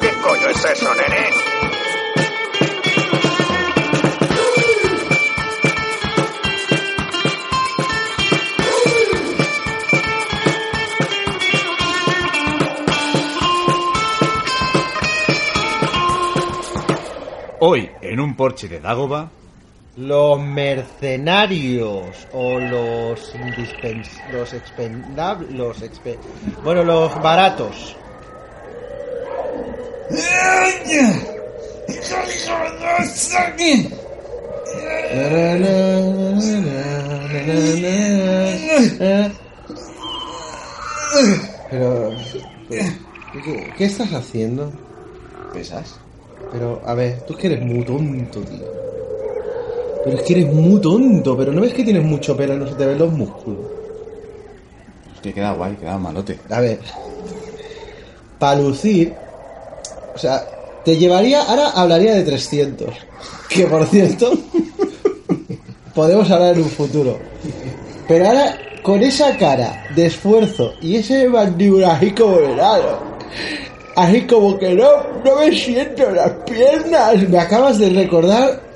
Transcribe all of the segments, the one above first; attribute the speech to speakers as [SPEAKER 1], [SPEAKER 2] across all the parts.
[SPEAKER 1] ¿Qué coño es eso, nene?
[SPEAKER 2] Hoy, en un porche de Dagoba,
[SPEAKER 3] Los mercenarios o los indispens... los expendables... los expe- bueno, los baratos. Pero, eh, ¿qué, qué estás haciendo?
[SPEAKER 4] ¿Pesas?
[SPEAKER 3] Pero, a ver, tú es que eres muy tonto, tío. Pero es que eres muy tonto, pero no ves que tienes mucho pelo y no se te ven los músculos.
[SPEAKER 4] Es que queda guay, queda malote.
[SPEAKER 3] A ver. Para lucir. O sea, te llevaría. Ahora hablaría de 300. Que por cierto. podemos hablar en un futuro. Pero ahora, con esa cara de esfuerzo y ese mandíbula así como helado. Así como que no, no me siento en las piernas. Me acabas de recordar.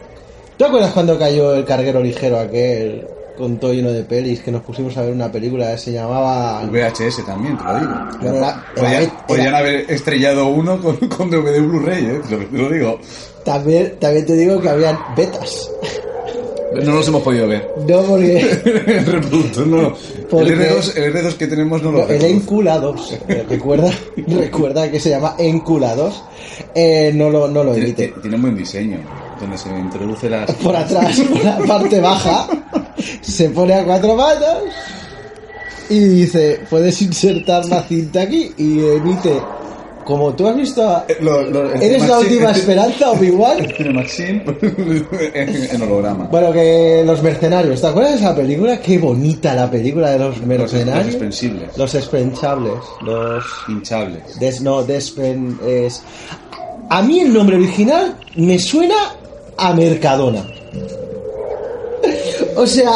[SPEAKER 3] ¿Tú acuerdas cuando cayó el carguero ligero aquel con todo lleno de pelis que nos pusimos a ver una película que se llamaba
[SPEAKER 4] VHS también, te lo digo.
[SPEAKER 3] Pero la-
[SPEAKER 4] Podían,
[SPEAKER 3] la- la-
[SPEAKER 4] podían haber estrellado uno con, con DVD Blu-ray, ¿eh? Te lo, te lo digo.
[SPEAKER 3] También, también te digo que habían betas.
[SPEAKER 4] No los hemos podido ver.
[SPEAKER 3] No porque.
[SPEAKER 4] el reproductor no lo-
[SPEAKER 3] Porque-
[SPEAKER 4] El R2, el R2 que tenemos no lo
[SPEAKER 3] no, el
[SPEAKER 4] reproduce.
[SPEAKER 3] Encula 2. eh, Recuerda, recuerda que se llama Encula 2. Eh, no, lo, no lo
[SPEAKER 4] Tiene,
[SPEAKER 3] emite.
[SPEAKER 4] tiene- tiene un buen diseño, donde se introduce las...
[SPEAKER 3] Por atrás, por la parte baja, se pone a cuatro manos y dice: Puedes insertar la cinta aquí y emite. Como tú has visto. a-
[SPEAKER 4] Eh, lo- lo- el
[SPEAKER 3] ¿Eres la
[SPEAKER 4] Maxim-
[SPEAKER 3] última
[SPEAKER 4] el-
[SPEAKER 3] esperanza, Obi-Wan?
[SPEAKER 4] el Maxim en en holograma.
[SPEAKER 3] Bueno, que los mercenarios, ¿te acuerdas de esa película? Qué bonita la película de los mercenarios.
[SPEAKER 4] los expensibles.
[SPEAKER 3] Los expensables. Los.
[SPEAKER 4] Hinchables.
[SPEAKER 3] Des, no, despen. Es... A mí el nombre original me suena a Mercadona. O sea,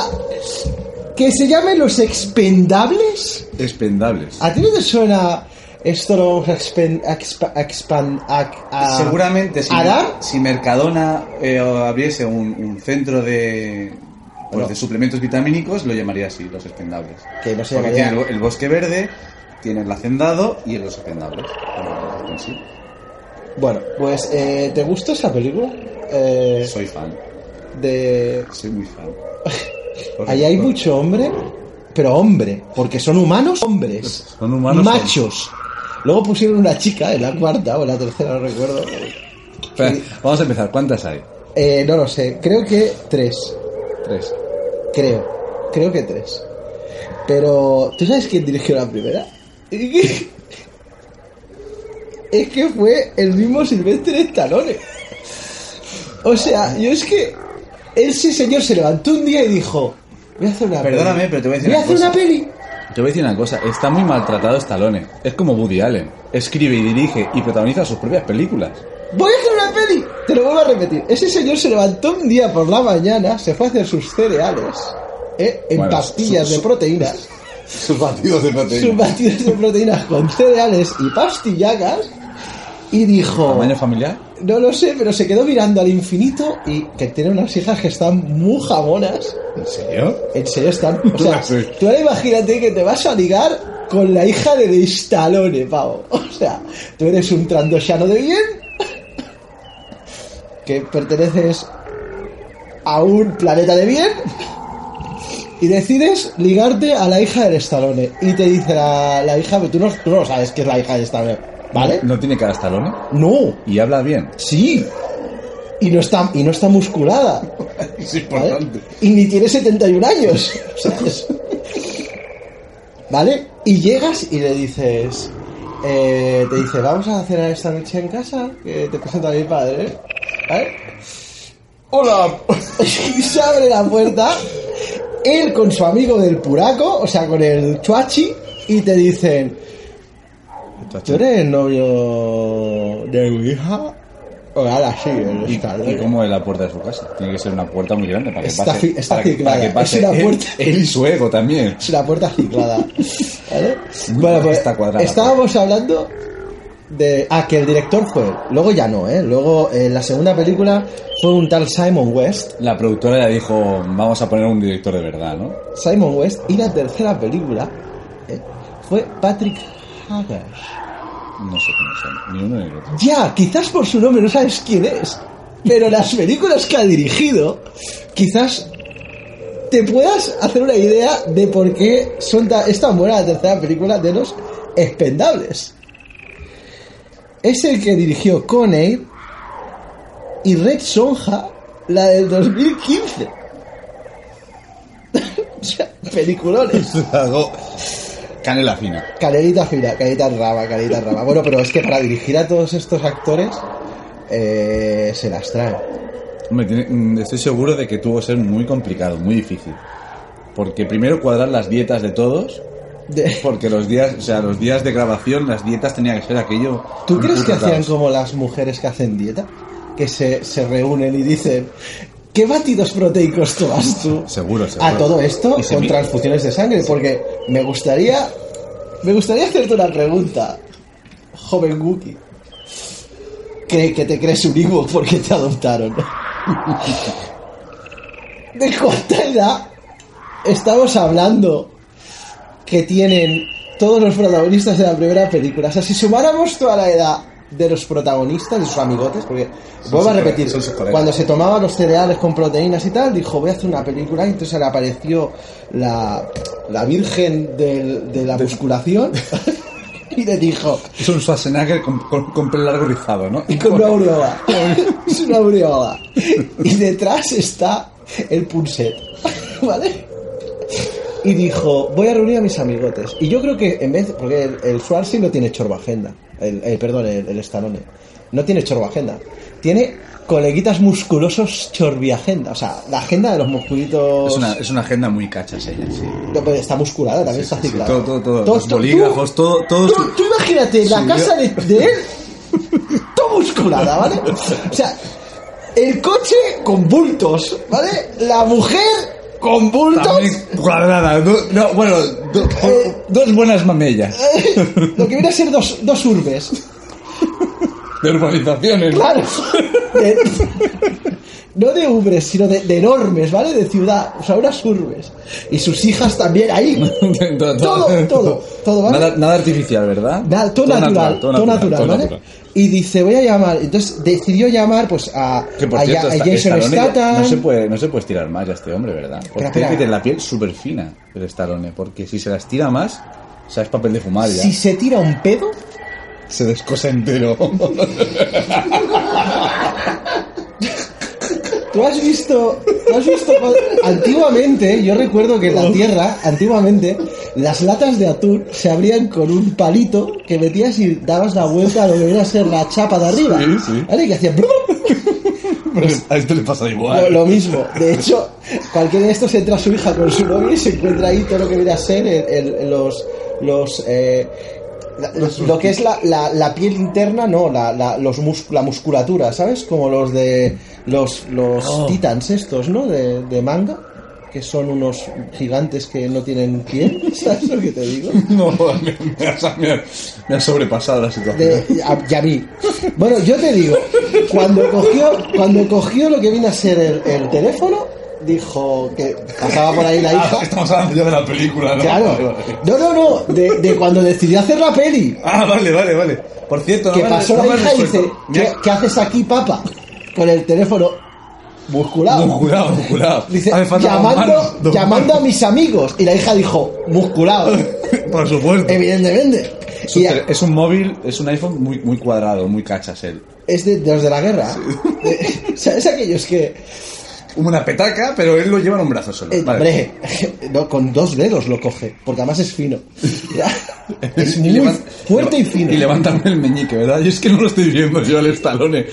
[SPEAKER 3] que se llamen los expendables.
[SPEAKER 4] Expendables.
[SPEAKER 3] ¿A ti no te suena esto lo vamos a expen- a expa- a expan- a- a-
[SPEAKER 4] Seguramente si,
[SPEAKER 3] a dar?
[SPEAKER 4] si Mercadona eh, abriese un, un centro de, pues,
[SPEAKER 3] Bueno.
[SPEAKER 4] de suplementos vitamínicos, lo llamaría así, los expendables.
[SPEAKER 3] Que no se
[SPEAKER 4] Porque
[SPEAKER 3] llamaría-
[SPEAKER 4] tiene el, bo- el bosque verde, tiene el hacendado y los expendables. Bueno, en sí,
[SPEAKER 3] Bueno, pues, eh, ¿te gustó esa película? Eh,
[SPEAKER 4] soy fan,
[SPEAKER 3] de
[SPEAKER 4] soy muy fan. Por-
[SPEAKER 3] Ahí hay
[SPEAKER 4] por-
[SPEAKER 3] mucho hombre, pero hombre, porque son humanos hombres.
[SPEAKER 4] Son humanos
[SPEAKER 3] Machos. Luego pusieron una chica en la cuarta o en la tercera, no recuerdo.
[SPEAKER 4] Espera, Vamos a empezar, ¿cuántas hay?
[SPEAKER 3] Eh, no lo sé, creo que tres.
[SPEAKER 4] Tres.
[SPEAKER 3] Creo, creo que tres. Pero, ¿tú sabes quién dirigió la primera? Es que- es que fue el mismo Silvestre Stallone. O sea, yo es que ese señor se levantó un día y dijo: Voy a hacer una
[SPEAKER 4] Perdóname,
[SPEAKER 3] peli.
[SPEAKER 4] pero te voy a decir
[SPEAKER 3] Voy a
[SPEAKER 4] una
[SPEAKER 3] hacer una
[SPEAKER 4] cosa".
[SPEAKER 3] peli.
[SPEAKER 4] Te voy a decir una cosa, está muy maltratado Stallone. Es como Woody Allen. Escribe y dirige y protagoniza sus propias películas.
[SPEAKER 3] Voy a hacer una peli. Te lo vuelvo a repetir. Ese señor se levantó un día por la mañana, se fue a hacer sus cereales, ¿eh? en
[SPEAKER 4] Bueno,
[SPEAKER 3] pastillas
[SPEAKER 4] su-
[SPEAKER 3] de
[SPEAKER 4] su-
[SPEAKER 3] proteínas,
[SPEAKER 4] Sus batidos de
[SPEAKER 3] sus batidos de proteínas con cereales y pastillacas, y dijo,
[SPEAKER 4] ¿Tamaño familiar?
[SPEAKER 3] no lo sé, pero se quedó mirando al infinito y que tiene unas hijas que están muy jamonas.
[SPEAKER 4] ¿En serio?
[SPEAKER 3] En serio están. O sea,
[SPEAKER 4] Sí.
[SPEAKER 3] tú ahora imagínate que te vas a ligar con la hija de Distalone, pavo. O sea, tú eres un trandosiano de bien que perteneces a un planeta de bien y decides ligarte a la hija del Stallone. Y te dice la, la hija, tú no, tú no sabes que es la hija de Stallone, ¿vale?
[SPEAKER 4] ¿No tiene cara Stallone?
[SPEAKER 3] No,
[SPEAKER 4] Y habla bien.
[SPEAKER 3] sí. Y no está, y no está musculada.
[SPEAKER 4] Es
[SPEAKER 3] ¿vale? Y ni tiene 71 años. ¿sabes? ¿Vale? Y llegas y le dices, eh, te dice, vamos a cenar esta noche en casa, que te presento a mi padre. ¿Vale? ¡Hola! y se abre la puerta, él con su amigo del puraco, o sea, con el chuachi, y te dicen, ¿tú eres el novio de mi hija? O ahora sí, él
[SPEAKER 4] ¿Y, Ah.
[SPEAKER 3] está-
[SPEAKER 4] y cómo es la puerta de su casa? Tiene que ser una puerta muy grande para que
[SPEAKER 3] Está
[SPEAKER 4] pase.
[SPEAKER 3] fi- está
[SPEAKER 4] para, que, para que
[SPEAKER 3] ciclada.
[SPEAKER 4] pase
[SPEAKER 3] Es una
[SPEAKER 4] él-
[SPEAKER 3] puerta-
[SPEAKER 4] Él, y su ego también.
[SPEAKER 3] Es una puerta ciclada. ¿Vale?
[SPEAKER 4] Muy
[SPEAKER 3] Bueno, pues
[SPEAKER 4] está cuadrada.
[SPEAKER 3] estábamos hablando de. Ah, que el director fue. él. Luego ya no, ¿eh? Luego en la segunda película fue un tal Simon West.
[SPEAKER 4] La productora ya dijo, vamos a poner un director de verdad, ¿no?
[SPEAKER 3] Simon West. Y la tercera película ¿eh? fue Patrick Haggers.
[SPEAKER 4] No sé cómo son, ni uno ni el otro.
[SPEAKER 3] Ya, quizás por su nombre no sabes quién es. Pero las películas que ha dirigido, quizás te puedas hacer una idea de por qué son ta- es tan buena la tercera película de los expendables. Es el que dirigió Con Air y Red Sonja, la del 2015. o sea, peliculones.
[SPEAKER 4] Hago canela fina.
[SPEAKER 3] Canelita fina, canelita rama, canelita rama. Bueno, pero es que para dirigir a todos estos actores eh, se las trae.
[SPEAKER 4] Hombre, tiene- mm, estoy seguro de que tuvo que ser muy complicado, muy difícil. Porque primero cuadrar las dietas de todos,
[SPEAKER 3] De-
[SPEAKER 4] porque los días, o sea, los días de grabación, las dietas tenían que ser aquello.
[SPEAKER 3] ¿Tú
[SPEAKER 4] un
[SPEAKER 3] crees que
[SPEAKER 4] puto
[SPEAKER 3] hacían
[SPEAKER 4] caos.
[SPEAKER 3] como las mujeres que hacen dieta? Que se, se reúnen y dicen, ¿qué batidos proteicos tomas tú?
[SPEAKER 4] Seguro, seguro.
[SPEAKER 3] A todo esto
[SPEAKER 4] Y se
[SPEAKER 3] con
[SPEAKER 4] mi-
[SPEAKER 3] transfusiones de sangre, porque me gustaría, me gustaría hacerte una pregunta, joven Wookie. ¿Qué, que te crees un hijo porque te adoptaron? ¿De cuánta edad estamos hablando que tienen todos los protagonistas de la primera película? O sea, si sumáramos toda la edad de los protagonistas, de sus amigotes, porque vuelvo a
[SPEAKER 4] sus
[SPEAKER 3] repetir,
[SPEAKER 4] colegas, son sus colegas.
[SPEAKER 3] cuando se tomaba los cereales con proteínas y tal, dijo, voy a hacer una película, y entonces le apareció la, la virgen del- de la musculación y le dijo,
[SPEAKER 4] Es un Schwarzenegger con, con, con pelo largo rizado, ¿no?
[SPEAKER 3] y con una aureola. Es una aureola. Y detrás está el punset. ¿Vale? Y dijo, voy a reunir a mis amigotes. Y yo creo que en vez... Porque el, el Schwarzenegger no tiene chorbagenda. El, el- perdón, el, el Stallone. No tiene chorbagenda. Tiene coleguitas musculosos chorbiagenda. O sea, la agenda de los musculitos...
[SPEAKER 4] Es una, es una agenda muy cacha, sí, sí.
[SPEAKER 3] No, pero está musculada, también
[SPEAKER 4] Sí,
[SPEAKER 3] está
[SPEAKER 4] sí, sí.
[SPEAKER 3] ciclada.
[SPEAKER 4] Todo, todo, todo.
[SPEAKER 3] Todo-
[SPEAKER 4] Los
[SPEAKER 3] todo-
[SPEAKER 4] bolígrafos,
[SPEAKER 3] tú-
[SPEAKER 4] todo- todo
[SPEAKER 3] tú-
[SPEAKER 4] su-
[SPEAKER 3] tú imagínate la
[SPEAKER 4] su
[SPEAKER 3] casa de, de él, todo musculada, ¿vale? O sea, el coche con bultos, ¿vale? La mujer con bultos.
[SPEAKER 4] También cuadrada. No, no, bueno, do-
[SPEAKER 3] Eh.
[SPEAKER 4] do- dos buenas mamellas
[SPEAKER 3] Lo que viene a ser dos, dos urbes.
[SPEAKER 4] de urbanizaciones.
[SPEAKER 3] Claro. De- no de urbes, sino de, de enormes, ¿vale? De ciudad. O sea, unas urbes. Y sus hijas también ahí.
[SPEAKER 4] todo,
[SPEAKER 3] Todo, todo, todo, ¿vale?
[SPEAKER 4] Nada, nada artificial, ¿verdad?
[SPEAKER 3] Nada, todo, natural, todo natural, ¿vale? Y dice, voy a llamar. Entonces decidió llamar pues a,
[SPEAKER 4] Que por
[SPEAKER 3] a
[SPEAKER 4] cierto,
[SPEAKER 3] Ja- a
[SPEAKER 4] esta-
[SPEAKER 3] Jason
[SPEAKER 4] Stallone ya-
[SPEAKER 3] Statham.
[SPEAKER 4] No se, puede, no se puede estirar más ya este hombre, ¿verdad? Porque
[SPEAKER 3] Espera,
[SPEAKER 4] tiene que
[SPEAKER 3] espera.
[SPEAKER 4] tener la piel súper fina el Stallone, porque si se la estira más, o sea, es papel de fumar ya.
[SPEAKER 3] Si se tira un pedo,
[SPEAKER 4] Se descosa entero.
[SPEAKER 3] tú has visto. ¿tú has visto cuando- antiguamente, yo recuerdo que en la tierra, antiguamente, las latas de atún se abrían con un palito que metías y dabas la vuelta a lo que viene a ser la chapa de arriba.
[SPEAKER 4] Sí, sí.
[SPEAKER 3] ¿Vale? Que hacía.
[SPEAKER 4] a este le pasa igual.
[SPEAKER 3] Lo, lo mismo. De hecho, cualquiera de estos entra su hija con su novio y se encuentra ahí todo lo que viene a ser el- el- el- los. los eh, la- lo que es la, la- la piel interna, no, la, la- los mus- la musculatura, ¿sabes? Como los de los, los titans estos, ¿no? De, de manga, que son unos gigantes que no tienen piel, ¿sabes lo que te digo?
[SPEAKER 4] No, me, me has- me ha- me ha sobrepasado la situación.
[SPEAKER 3] de a- ya vi. Bueno, yo te digo, cuando cogió, cuando cogió lo que vino a ser el, el teléfono, dijo que pasaba por ahí la hija.
[SPEAKER 4] Ah, estamos hablando ya de la película, ¿no? Vale,
[SPEAKER 3] Claro.
[SPEAKER 4] vale.
[SPEAKER 3] No, no, no. De, de cuando decidió hacer la peli.
[SPEAKER 4] Ah, vale, vale, vale. Por cierto, no
[SPEAKER 3] Que
[SPEAKER 4] me has-
[SPEAKER 3] pasó
[SPEAKER 4] no me
[SPEAKER 3] la
[SPEAKER 4] has
[SPEAKER 3] hija y
[SPEAKER 4] resuelto.
[SPEAKER 3] dice,
[SPEAKER 4] Me
[SPEAKER 3] ¿qué,
[SPEAKER 4] has-
[SPEAKER 3] qué haces aquí, papa? Con el teléfono musculado.
[SPEAKER 4] Musculado, musculado.
[SPEAKER 3] Dice,
[SPEAKER 4] Hace Ah, falta dos
[SPEAKER 3] llamando,
[SPEAKER 4] manos, dos
[SPEAKER 3] llamando a mis amigos. Y la hija dijo, musculado.
[SPEAKER 4] Por supuesto.
[SPEAKER 3] Evidentemente.
[SPEAKER 4] Es
[SPEAKER 3] Y
[SPEAKER 4] un,
[SPEAKER 3] a-
[SPEAKER 4] tele- es un móvil, es un iPhone muy, muy cuadrado, muy cachas él.
[SPEAKER 3] es de, de los de la guerra. De- ¿Sabes aquellos que
[SPEAKER 4] una petaca, pero él lo lleva en un brazo solo.
[SPEAKER 3] Eh,
[SPEAKER 4] Vale.
[SPEAKER 3] hombre, no, con dos dedos lo coge, porque además es fino. es
[SPEAKER 4] Y
[SPEAKER 3] muy
[SPEAKER 4] levan-
[SPEAKER 3] fuerte y
[SPEAKER 4] leva-
[SPEAKER 3] fino.
[SPEAKER 4] Y levantarme el meñique, ¿verdad? Yo es que no lo estoy viendo yo al Estalone.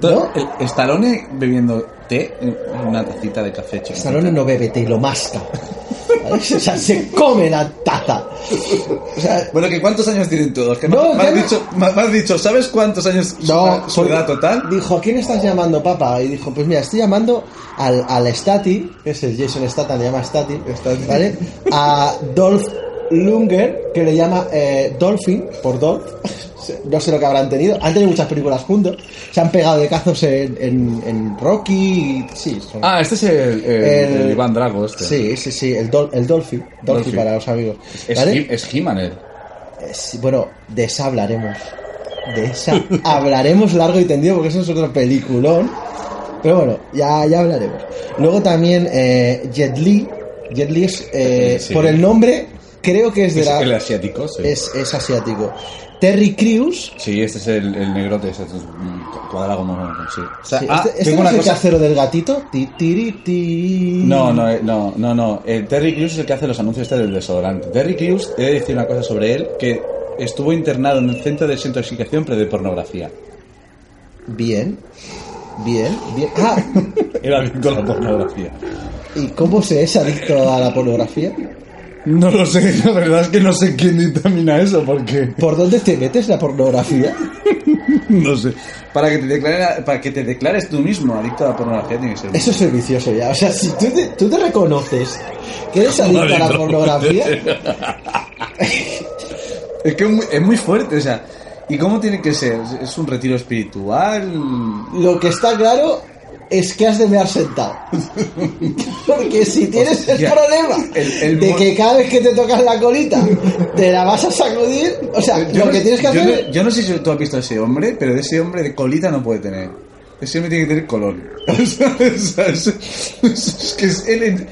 [SPEAKER 3] ¿No?
[SPEAKER 4] El Estalone bebiendo té en una tacita de café chiquitita.
[SPEAKER 3] Stallone no bebe té y lo masca. ¿Vale? O sea, se come la taza. O sea,
[SPEAKER 4] Bueno, ¿que ¿cuántos años tienen todos? Que
[SPEAKER 3] No,
[SPEAKER 4] me, me
[SPEAKER 3] ya
[SPEAKER 4] has
[SPEAKER 3] no.
[SPEAKER 4] dicho, me- me has dicho, ¿sabes cuántos años
[SPEAKER 3] no,
[SPEAKER 4] su, su
[SPEAKER 3] porque
[SPEAKER 4] edad total?
[SPEAKER 3] Dijo, ¿a quién estás llamando, papá? Y dijo, pues mira, estoy llamando al, al Stati, que es el Jason Statham, le llama Stati,
[SPEAKER 4] Stati.
[SPEAKER 3] ¿vale? A Dolph Lunger, que le llama eh, Dolphin, por Dolph. No sé lo que habrán tenido. Han tenido muchas películas juntos. Se han pegado de cazos en, en- en Rocky. y- Sí, son-
[SPEAKER 4] Ah, este es el, el-
[SPEAKER 3] El-
[SPEAKER 4] el Iván Drago, este.
[SPEAKER 3] sí, sí, sí, el, Dol, el Dolphin. Dolphin
[SPEAKER 4] Dolphin.
[SPEAKER 3] para los amigos.
[SPEAKER 4] Es,
[SPEAKER 3] ¿vale?
[SPEAKER 4] He- es He-Man, él.
[SPEAKER 3] Eh, sí, Bueno, de esa hablaremos. De esa hablaremos largo y tendido porque eso es otro peliculón. Pero bueno, ya, ya hablaremos. Luego también eh, Jet Li. Jet Li es, eh,
[SPEAKER 4] Sí.
[SPEAKER 3] por el nombre, creo que es de
[SPEAKER 4] Es
[SPEAKER 3] la...
[SPEAKER 4] el asiático, sí.
[SPEAKER 3] es, es asiático. Terry Crews.
[SPEAKER 4] Sí, este es el, el negrote, este es un cuadrado como... Sí. O sea,
[SPEAKER 3] Sí,
[SPEAKER 4] ah,
[SPEAKER 3] este este
[SPEAKER 4] tengo
[SPEAKER 3] no
[SPEAKER 4] una
[SPEAKER 3] es el
[SPEAKER 4] cosa...
[SPEAKER 3] casero del gatito. Ti, tiri, ti.
[SPEAKER 4] No, no, eh, no, no, no. Eh, Terry Crews es el que hace los anuncios este del desodorante. Terry Crews, he de decir una cosa sobre él, que estuvo internado en el centro de desintoxicación pero de pornografía.
[SPEAKER 3] Bien. Bien, bien. Ah,
[SPEAKER 4] Era adicto a la pornografía.
[SPEAKER 3] ¿y cómo se es adicto a la pornografía?
[SPEAKER 4] No lo sé, la verdad es que no sé quién determina eso, porque...
[SPEAKER 3] ¿Por dónde te metes la pornografía?
[SPEAKER 4] No sé. Para que te, declare- para que te declares tú mismo adicto a la pornografía tiene que ser...
[SPEAKER 3] Eso es ser vicioso ya. O sea, si tú te, tú te reconoces que eres adicto a la pornografía,
[SPEAKER 4] Es que es muy, es muy fuerte, o sea... ¿Y cómo tiene que ser? ¿Es un retiro espiritual?
[SPEAKER 3] lo que está claro es que has de mear sentado. Porque si tienes el
[SPEAKER 4] Hostia.
[SPEAKER 3] problema
[SPEAKER 4] El- el
[SPEAKER 3] de
[SPEAKER 4] mo-
[SPEAKER 3] que cada vez que te tocas la colita te la vas a sacudir, o sea, lo
[SPEAKER 4] no-
[SPEAKER 3] que tienes que
[SPEAKER 4] Eh, yo
[SPEAKER 3] hacer
[SPEAKER 4] no- yo no sé si tú has visto a ese hombre, pero de ese hombre de colita no puede tener. Ese hombre tiene que tener colón. O sea, es, es- es que es- él en-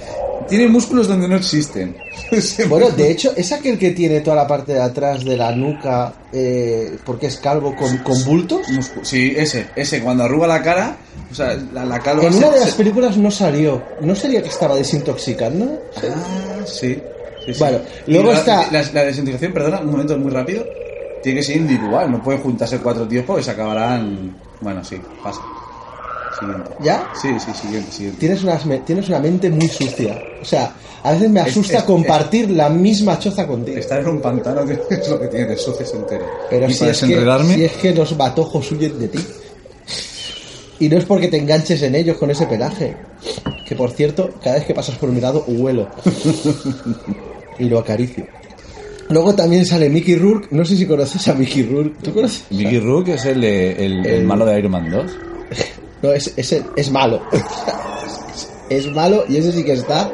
[SPEAKER 4] tiene músculos donde no existen. Ese-
[SPEAKER 3] es- Bueno, de hecho, es aquel que tiene toda la parte de atrás de la nuca eh, porque es calvo con, con bultos.
[SPEAKER 4] muscu- sí, ese, ese, cuando arruga la cara, o sea, la, la calva
[SPEAKER 3] En
[SPEAKER 4] se-
[SPEAKER 3] una de
[SPEAKER 4] se-
[SPEAKER 3] las películas no salió. ¿No sería que estaba desintoxicando?
[SPEAKER 4] Ah, sí. sí, sí.
[SPEAKER 3] Bueno,
[SPEAKER 4] Y
[SPEAKER 3] luego
[SPEAKER 4] la,
[SPEAKER 3] está-
[SPEAKER 4] La, la desintegración, perdona, un momento muy rápido. Tiene que ser individual, no pueden juntarse cuatro tíos porque se acabarán. Bueno, sí, pasa. Siguiente.
[SPEAKER 3] ¿Ya?
[SPEAKER 4] Sí, sí, siguiente, siguiente.
[SPEAKER 3] tienes una, tienes una mente muy sucia. O sea, a veces me
[SPEAKER 4] Es-
[SPEAKER 3] asusta
[SPEAKER 4] es-
[SPEAKER 3] compartir la misma choza contigo.
[SPEAKER 4] Estar en un pantano que es lo que tiene, sucias entero.
[SPEAKER 3] Pero
[SPEAKER 4] y
[SPEAKER 3] si
[SPEAKER 4] para
[SPEAKER 3] es, que,
[SPEAKER 4] desenredarme,
[SPEAKER 3] si es que los batojos huyen de ti. Y no es porque te enganches en ellos con ese pelaje. Que por cierto, cada vez que pasas por mi lado, huelo. y lo acaricio. Luego también sale Mickey Rourke. No sé si conoces a Mickey Rourke. ¿Tú conoces?
[SPEAKER 4] Mickey Rourke es el, de- el- el
[SPEAKER 3] El-
[SPEAKER 4] malo de Iron Man 2.
[SPEAKER 3] No, es, es, es malo. Es malo y ese sí que está,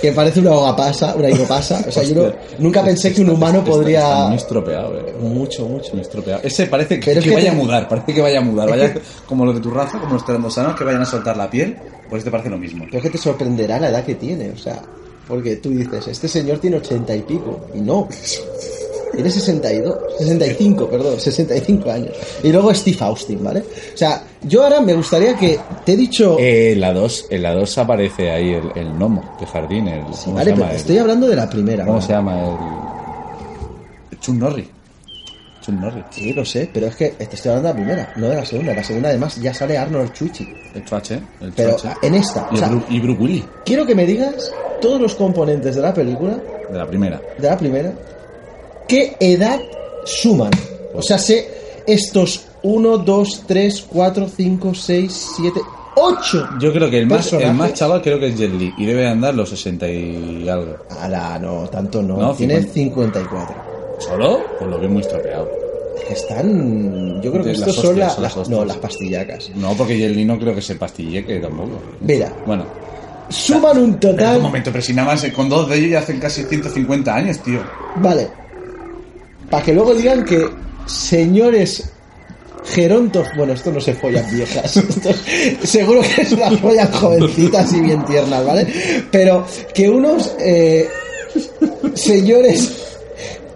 [SPEAKER 3] que parece una hogapasa, una higopasa. O sea, yo no-
[SPEAKER 4] Hostia.
[SPEAKER 3] nunca pensé que un humano
[SPEAKER 4] Está- está
[SPEAKER 3] podría...
[SPEAKER 4] muy estropeado, eh.
[SPEAKER 3] Mucho, mucho.
[SPEAKER 4] Muy estropeado. Ese parece que,
[SPEAKER 3] Pero es
[SPEAKER 4] que
[SPEAKER 3] que
[SPEAKER 4] vaya
[SPEAKER 3] te-
[SPEAKER 4] a mudar, parece que vaya a mudar.
[SPEAKER 3] Es
[SPEAKER 4] Vaya
[SPEAKER 3] que-
[SPEAKER 4] como los de tu raza, como los terandosanos que vayan a soltar la piel. Pues te parece lo mismo.
[SPEAKER 3] Creo que te sorprenderá la edad que tiene, o sea, porque tú dices, este señor tiene ochenta y pico, y no. Tiene 62, 65, perdón, 65 años. Y luego Steve Austin, ¿vale? O sea, yo ahora me gustaría que te he dicho...
[SPEAKER 4] Eh, en la 2 en la 2 aparece ahí el, el gnomo de jardín. El, ¿cómo
[SPEAKER 3] vale,
[SPEAKER 4] se
[SPEAKER 3] pero
[SPEAKER 4] llama
[SPEAKER 3] te
[SPEAKER 4] el-
[SPEAKER 3] estoy hablando de la primera.
[SPEAKER 4] ¿Cómo
[SPEAKER 3] ¿no?
[SPEAKER 4] se llama el. Chun Norri. Chun Norri.
[SPEAKER 3] Sí, lo sé, pero es que te estoy hablando de la primera, no de la segunda. La segunda, además, ya sale Arnold Chuchi.
[SPEAKER 4] El Chuache. El
[SPEAKER 3] Pero
[SPEAKER 4] Chuache.
[SPEAKER 3] en esta,
[SPEAKER 4] Y,
[SPEAKER 3] o sea,
[SPEAKER 4] Bru- y Bruce Willis,
[SPEAKER 3] quiero que me digas todos los componentes de la película,
[SPEAKER 4] de la primera.
[SPEAKER 3] de la primera, qué edad suman. O sea, sé estos 1, 2, 3, 4, 5, 6, 7, 8.
[SPEAKER 4] Yo creo que el más, el
[SPEAKER 3] Personajes.
[SPEAKER 4] más chaval creo que es Jet Li y debe andar los 60 y algo.
[SPEAKER 3] Ala, no, tanto no.
[SPEAKER 4] No,
[SPEAKER 3] Tiene
[SPEAKER 4] 50.
[SPEAKER 3] 54.
[SPEAKER 4] ¿Solo? Pues lo veo muy estropeado.
[SPEAKER 3] Están. Yo creo que
[SPEAKER 4] Las
[SPEAKER 3] estos son,
[SPEAKER 4] hostias, son
[SPEAKER 3] la-
[SPEAKER 4] las
[SPEAKER 3] las, no,
[SPEAKER 4] hostias.
[SPEAKER 3] las pastillacas.
[SPEAKER 4] No, porque Jet Li no creo que se pastilleque tampoco.
[SPEAKER 3] Mira,
[SPEAKER 4] Bueno.
[SPEAKER 3] suman un
[SPEAKER 4] Pero un
[SPEAKER 3] total.
[SPEAKER 4] momento, pero si nada más eh, con dos de ellos ya hacen casi 150 años, tío.
[SPEAKER 3] Vale. Para que luego digan que señores gerontos... Bueno, esto no se follan viejas. Esto es- seguro que se las follan jovencitas y bien tiernas, ¿vale? Pero que unos eh, señores...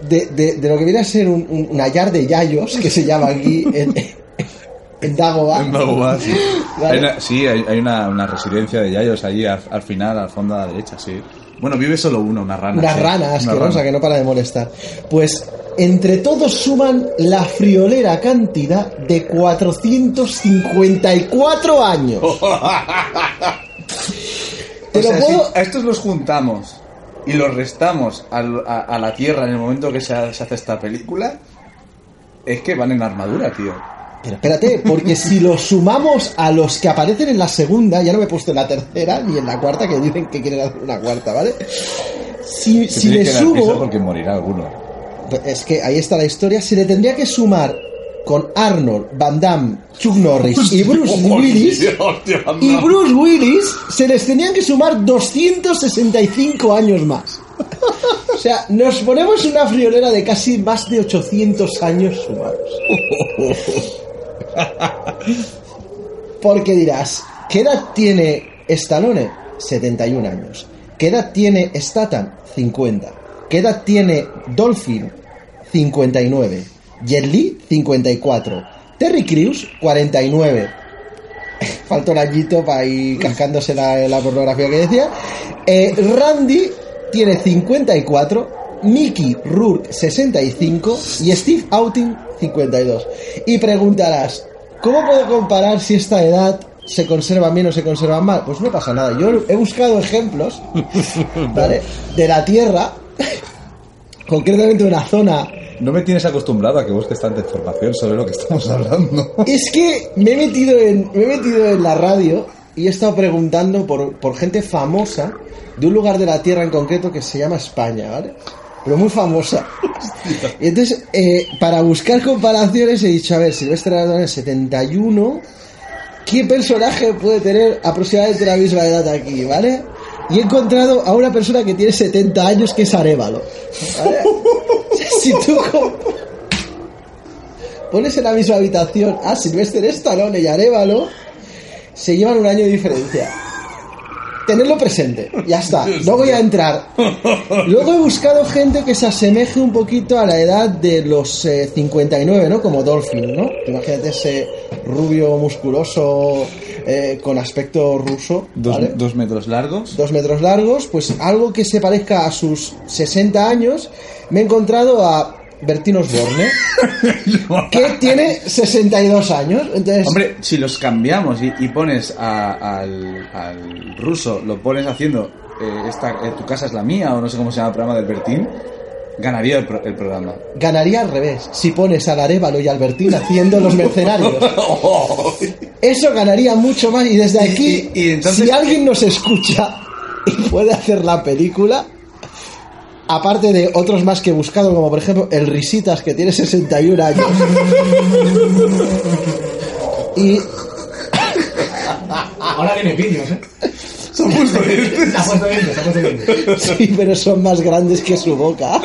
[SPEAKER 3] De, de- de lo que viene a ser un, un- una yar de yayos, que se llama aquí en, En Dagobah.
[SPEAKER 4] En Dagobah, sí.
[SPEAKER 3] Vale.
[SPEAKER 4] Hay una, sí, hay, hay una, una residencia de Yayos allí al, al final, al fondo a la derecha, sí. Bueno, vive solo uno, una rana.
[SPEAKER 3] Una
[SPEAKER 4] Ah, sí.
[SPEAKER 3] rana asquerosa
[SPEAKER 4] rana.
[SPEAKER 3] que no para de molestar. Pues entre todos suman la friolera cantidad de 454 años. Te
[SPEAKER 4] O
[SPEAKER 3] lo
[SPEAKER 4] sea,
[SPEAKER 3] puedo-
[SPEAKER 4] si a estos los juntamos y los restamos al- a, a la Tierra en el momento que se, ha- se hace esta película, es que van en armadura, tío.
[SPEAKER 3] Pero espérate, porque si los sumamos a los que aparecen en la segunda, ya no me he puesto en la tercera ni en la cuarta, que dicen que quieren hacer una cuarta, ¿vale? Si,
[SPEAKER 4] Se
[SPEAKER 3] si
[SPEAKER 4] tiene
[SPEAKER 3] le
[SPEAKER 4] que dar prisa
[SPEAKER 3] sumo,
[SPEAKER 4] porque morirá alguno.
[SPEAKER 3] es que ahí está la historia, se le tendría que sumar con Arnold, Van Damme, Chuck Norris y Bruce Willis.
[SPEAKER 4] Hostia,
[SPEAKER 3] Y
[SPEAKER 4] no.
[SPEAKER 3] Bruce Willis se les tenían que sumar 265 años más. O sea, nos ponemos una friolera de casi más de 800 años sumados. Porque dirás, ¿qué edad tiene Stallone? 71 años. ¿Qué edad tiene Statham? 50. ¿Qué edad tiene Dolphin? 59. Jet Li, 54. Terry Crews, 49 faltó el añito para ir cascándose la, la pornografía que decía. Eh, Randy tiene 54, Mickey Rourke 65 y Steve Outing 52. Y preguntarás, ¿cómo puedo comparar si esta edad se conserva bien o se conserva mal? Pues no pasa nada. Yo he buscado ejemplos ¿vale? de la Tierra, concretamente una zona
[SPEAKER 4] No me tienes acostumbrado a que busques tanta información sobre lo que estamos hablando.
[SPEAKER 3] Es que me he metido en, me he metido en la radio y he estado preguntando por, por gente famosa de un lugar de la Tierra en concreto que se llama España, ¿vale? Pero muy famosa. Y entonces, eh, para buscar comparaciones he dicho, a ver, Silvestre Stallone es 71, ¿qué personaje puede tener aproximadamente la misma edad aquí, ¿vale? Y he encontrado a una persona que tiene 70 años que es Arevalo. Si tú com- pones en la misma habitación a Sylvester Stallone y Arevalo, se llevan un año de diferencia. Tenerlo presente, ya está. No voy a entrar. Luego he buscado gente que se asemeje un poquito a la edad de los eh, 59, ¿no? Como Dolphin, ¿no? Imagínate ese rubio musculoso eh, con aspecto ruso.
[SPEAKER 4] Dos,
[SPEAKER 3] ¿vale?
[SPEAKER 4] dos metros largos.
[SPEAKER 3] dos metros largos, pues algo que se parezca a sus 60 años, me he encontrado a Bertín Osborne, que tiene 62 años. Entonces,
[SPEAKER 4] Hombre, si los cambiamos y, y pones a- al, al ruso, lo pones haciendo eh, esta, eh, tu casa es la mía o no sé cómo se llama el programa del Bertín, ganaría el, pro- el programa.
[SPEAKER 3] ganaría al revés si pones al Arevalo y al Bertín haciendo los mercenarios. Eso ganaría mucho más y desde aquí,
[SPEAKER 4] y- y entonces-
[SPEAKER 3] si alguien nos escucha y puede hacer la película... Aparte de otros más que he buscado, como por ejemplo el Risitas, que tiene 61 años. y
[SPEAKER 5] Ahora viene vídeos, ¿eh? Se ha puesto vídeos, se ha puesto vídeos.
[SPEAKER 3] Sí, pero son más grandes que su boca.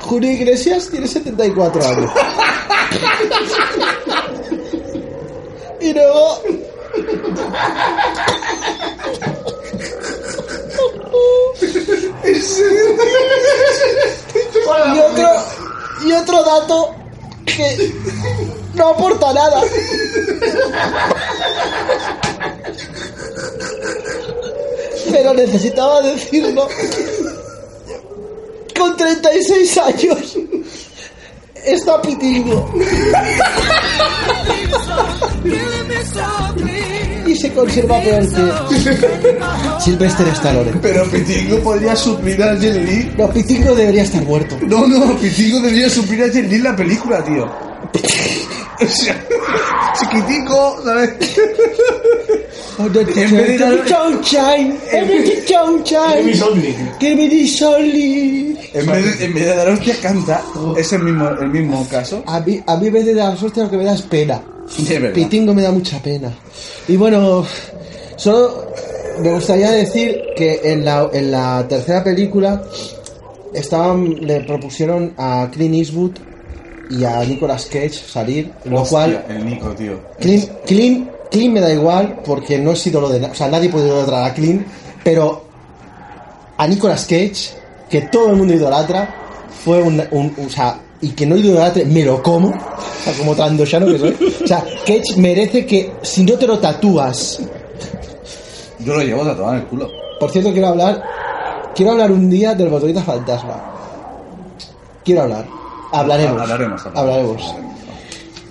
[SPEAKER 3] Julio Iglesias tiene 74 años. Y luego... Y otro, y otro dato que no aporta nada. Pero necesitaba decirlo. Con 36 años está pitingo y se conserva peor que Sylvester Stallone.
[SPEAKER 4] Pero Pitingo podría suplir a Jet Li.
[SPEAKER 3] No, pitingo debería estar muerto.
[SPEAKER 4] No, no, Pitingo debería suplir a Jet Li en la película, tío. O sea, chiquitico, ¿sabes? En vez de dar-
[SPEAKER 5] Give me something.
[SPEAKER 3] Que me dice Oli.
[SPEAKER 4] En vez, de, en vez de dar hostia, canta. Es el mismo, el mismo caso.
[SPEAKER 3] A mí, a mí en vez de dar suerte lo que me da es pena.
[SPEAKER 4] De verdad.
[SPEAKER 3] Pitingo me da mucha pena. Y bueno, solo me gustaría decir que en la, en la tercera película estaban, le propusieron a Clint Eastwood y a Nicolas Cage salir, lo
[SPEAKER 4] Hostia,
[SPEAKER 3] cual
[SPEAKER 4] El Nico, tío.
[SPEAKER 3] Clean, Clean, Clean me da igual porque no es ídolo de nadie. O sea, nadie puede idolatrar a Clean. Pero a Nicolas Cage, que todo el mundo idolatra, fue un, un- o sea, y que no idolatre, me lo como. O sea, como trandoshano que soy. O sea, Cage merece que si no te lo tatúas.
[SPEAKER 4] Yo lo llevo tatuado en el culo.
[SPEAKER 3] Por cierto, quiero hablar. Quiero hablar un día del botonita fantasma. Quiero hablar. Hablaremos.
[SPEAKER 4] Hablaremos.
[SPEAKER 3] Hablaremos.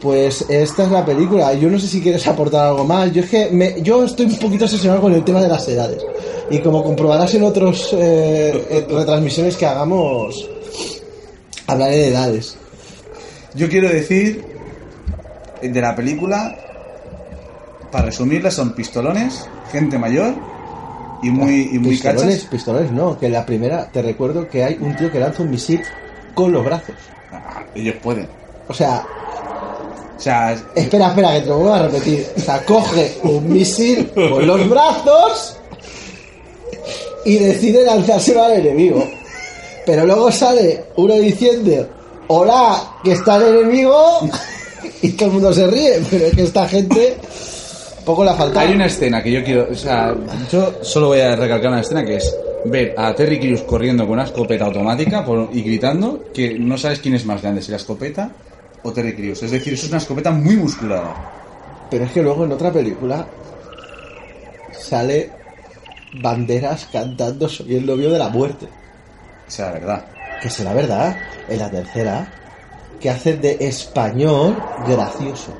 [SPEAKER 3] Pues esta es la película. Yo no sé si quieres aportar algo más. Yo es que me- yo estoy un poquito obsesionado con el tema de las edades. Y como comprobarás en otros eh, eh, retransmisiones que hagamos, hablaré de edades.
[SPEAKER 4] Yo quiero decir de la película, para resumirla, son pistolones, gente mayor y muy, y muy
[SPEAKER 3] Pistones,
[SPEAKER 4] cachas.
[SPEAKER 3] pistones, no. Que en la primera te recuerdo que hay un tío que lanza un misil con los brazos.
[SPEAKER 4] Ah, ellos pueden.
[SPEAKER 3] O sea,
[SPEAKER 4] O sea, es-
[SPEAKER 3] espera, espera, que te lo vuelvo a repetir. O sea, coge un misil con los brazos y decide lanzárselo al enemigo. Pero luego sale uno diciendo, hola, que está el enemigo. Y todo el mundo se ríe, pero es que esta gente poco la falta.
[SPEAKER 4] hay una escena que yo quiero. O sea, yo solo voy a recalcar una escena que es ver a Terry Crews corriendo con una escopeta automática por- y gritando que no sabes quién es más grande, si la escopeta o Terry Crews. Es decir, eso es una escopeta muy musculada.
[SPEAKER 3] Pero es que luego en otra película sale banderas cantando Soy el novio de la muerte.
[SPEAKER 4] O sea, la verdad.
[SPEAKER 3] Que será verdad, en la tercera, que hace de español gracioso.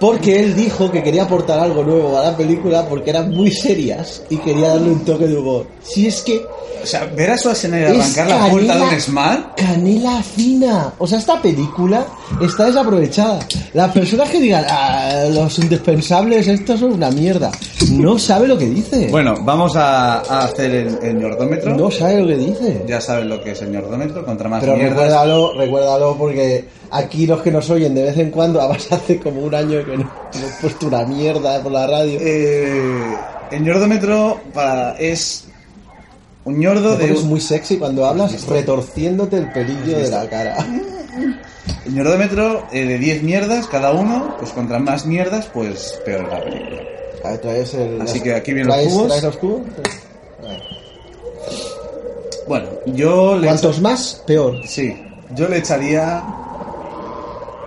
[SPEAKER 3] Porque él dijo que quería aportar algo nuevo a la película porque eran muy serias y quería darle un toque de humor. Si es que
[SPEAKER 4] O sea, ver a Schwarzenegger
[SPEAKER 3] es
[SPEAKER 4] arrancar la puerta de un Smart.
[SPEAKER 3] canela fina. O sea, esta película está desaprovechada. Las personas que digan, "Ah, los indispensables, estos son una mierda, no sabe lo que dice.
[SPEAKER 4] Bueno, vamos a, a hacer el, el ñordómetro.
[SPEAKER 3] no sabe lo que dice.
[SPEAKER 4] Ya sabes lo que es el ñordómetro, contra más
[SPEAKER 3] Pero
[SPEAKER 4] mierdas.
[SPEAKER 3] recuérdalo, recuérdalo, porque aquí los que nos oyen de vez en cuando, además hace como un año que no hemos puesto una mierda por la radio.
[SPEAKER 4] Eh, el ñordómetro para- es un ñordo
[SPEAKER 3] Te
[SPEAKER 4] de...
[SPEAKER 3] pones muy sexy cuando hablas retorciéndote el pelillo de la cara.
[SPEAKER 4] El ñordómetro eh, de 10 mierdas cada uno, pues contra más mierdas, pues peor la película.
[SPEAKER 3] A ver, traes el-
[SPEAKER 4] Así que aquí vienen los
[SPEAKER 3] traes-
[SPEAKER 4] cubos.
[SPEAKER 3] traes los cubos.
[SPEAKER 4] Bueno, yo le...
[SPEAKER 3] Cuantos más, peor.
[SPEAKER 4] Sí, yo le echaría...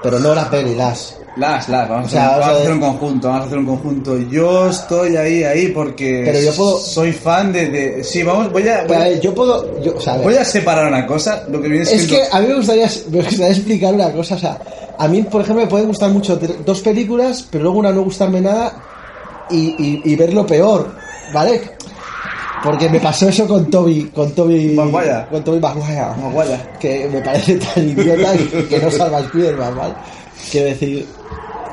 [SPEAKER 3] Pero no la peli, las.
[SPEAKER 4] Las, las, vamos,
[SPEAKER 3] O sea,
[SPEAKER 4] a, hacer-
[SPEAKER 3] vamos
[SPEAKER 4] vamos
[SPEAKER 3] a
[SPEAKER 4] a hacer
[SPEAKER 3] ver.
[SPEAKER 4] un conjunto, vamos a hacer un conjunto. Yo estoy ahí, ahí, porque
[SPEAKER 3] Pero yo puedo-
[SPEAKER 4] soy fan de, de- Sí, vamos, voy a...
[SPEAKER 3] Pero a ver, yo puedo. Yo, o sea, a ver,
[SPEAKER 4] Voy a separar una cosa, lo que viene
[SPEAKER 3] Es
[SPEAKER 4] siendo-
[SPEAKER 3] que a mí me gustaría, me gustaría explicar una cosa. O sea, a mí, por ejemplo, me pueden gustar mucho tre- dos películas, pero luego una no gustarme nada y, y, y ver lo peor, ¿vale? Porque me pasó eso con Toby, con Toby,
[SPEAKER 4] Maguire.
[SPEAKER 3] con Toby Maguire,
[SPEAKER 4] Maguire.
[SPEAKER 3] que me parece tan idiota que, que no salva a Spiderman, ¿vale? Quiero decir,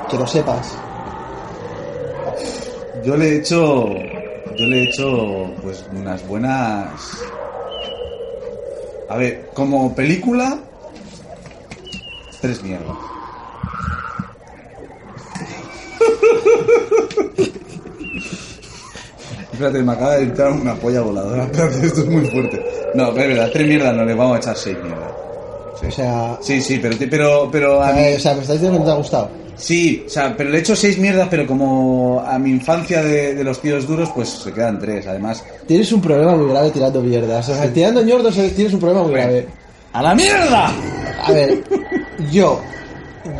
[SPEAKER 3] que lo sepas.
[SPEAKER 4] Yo le he hecho. Yo le he hecho. Pues unas buenas. A ver, como película. Tres mierdas. Espérate, me acaba de entrar una polla voladora. Espérate, esto es muy fuerte. No, pero es verdad, tres mierdas no le vamos a echar seis mierdas.
[SPEAKER 3] O sea,
[SPEAKER 4] Sí, sí, pero, pero, pero a mí
[SPEAKER 3] eh, o sea, me estáis diciendo que no te ha gustado.
[SPEAKER 4] Sí, o sea, pero le he hecho seis mierdas, pero como a mi infancia de, de los tíos duros, pues se quedan tres. Además,
[SPEAKER 3] Tienes un problema muy grave tirando mierdas. O sea, tirando ñordos eh, tienes un problema muy grave.
[SPEAKER 4] ¡a la mierda!
[SPEAKER 3] A ver, yo,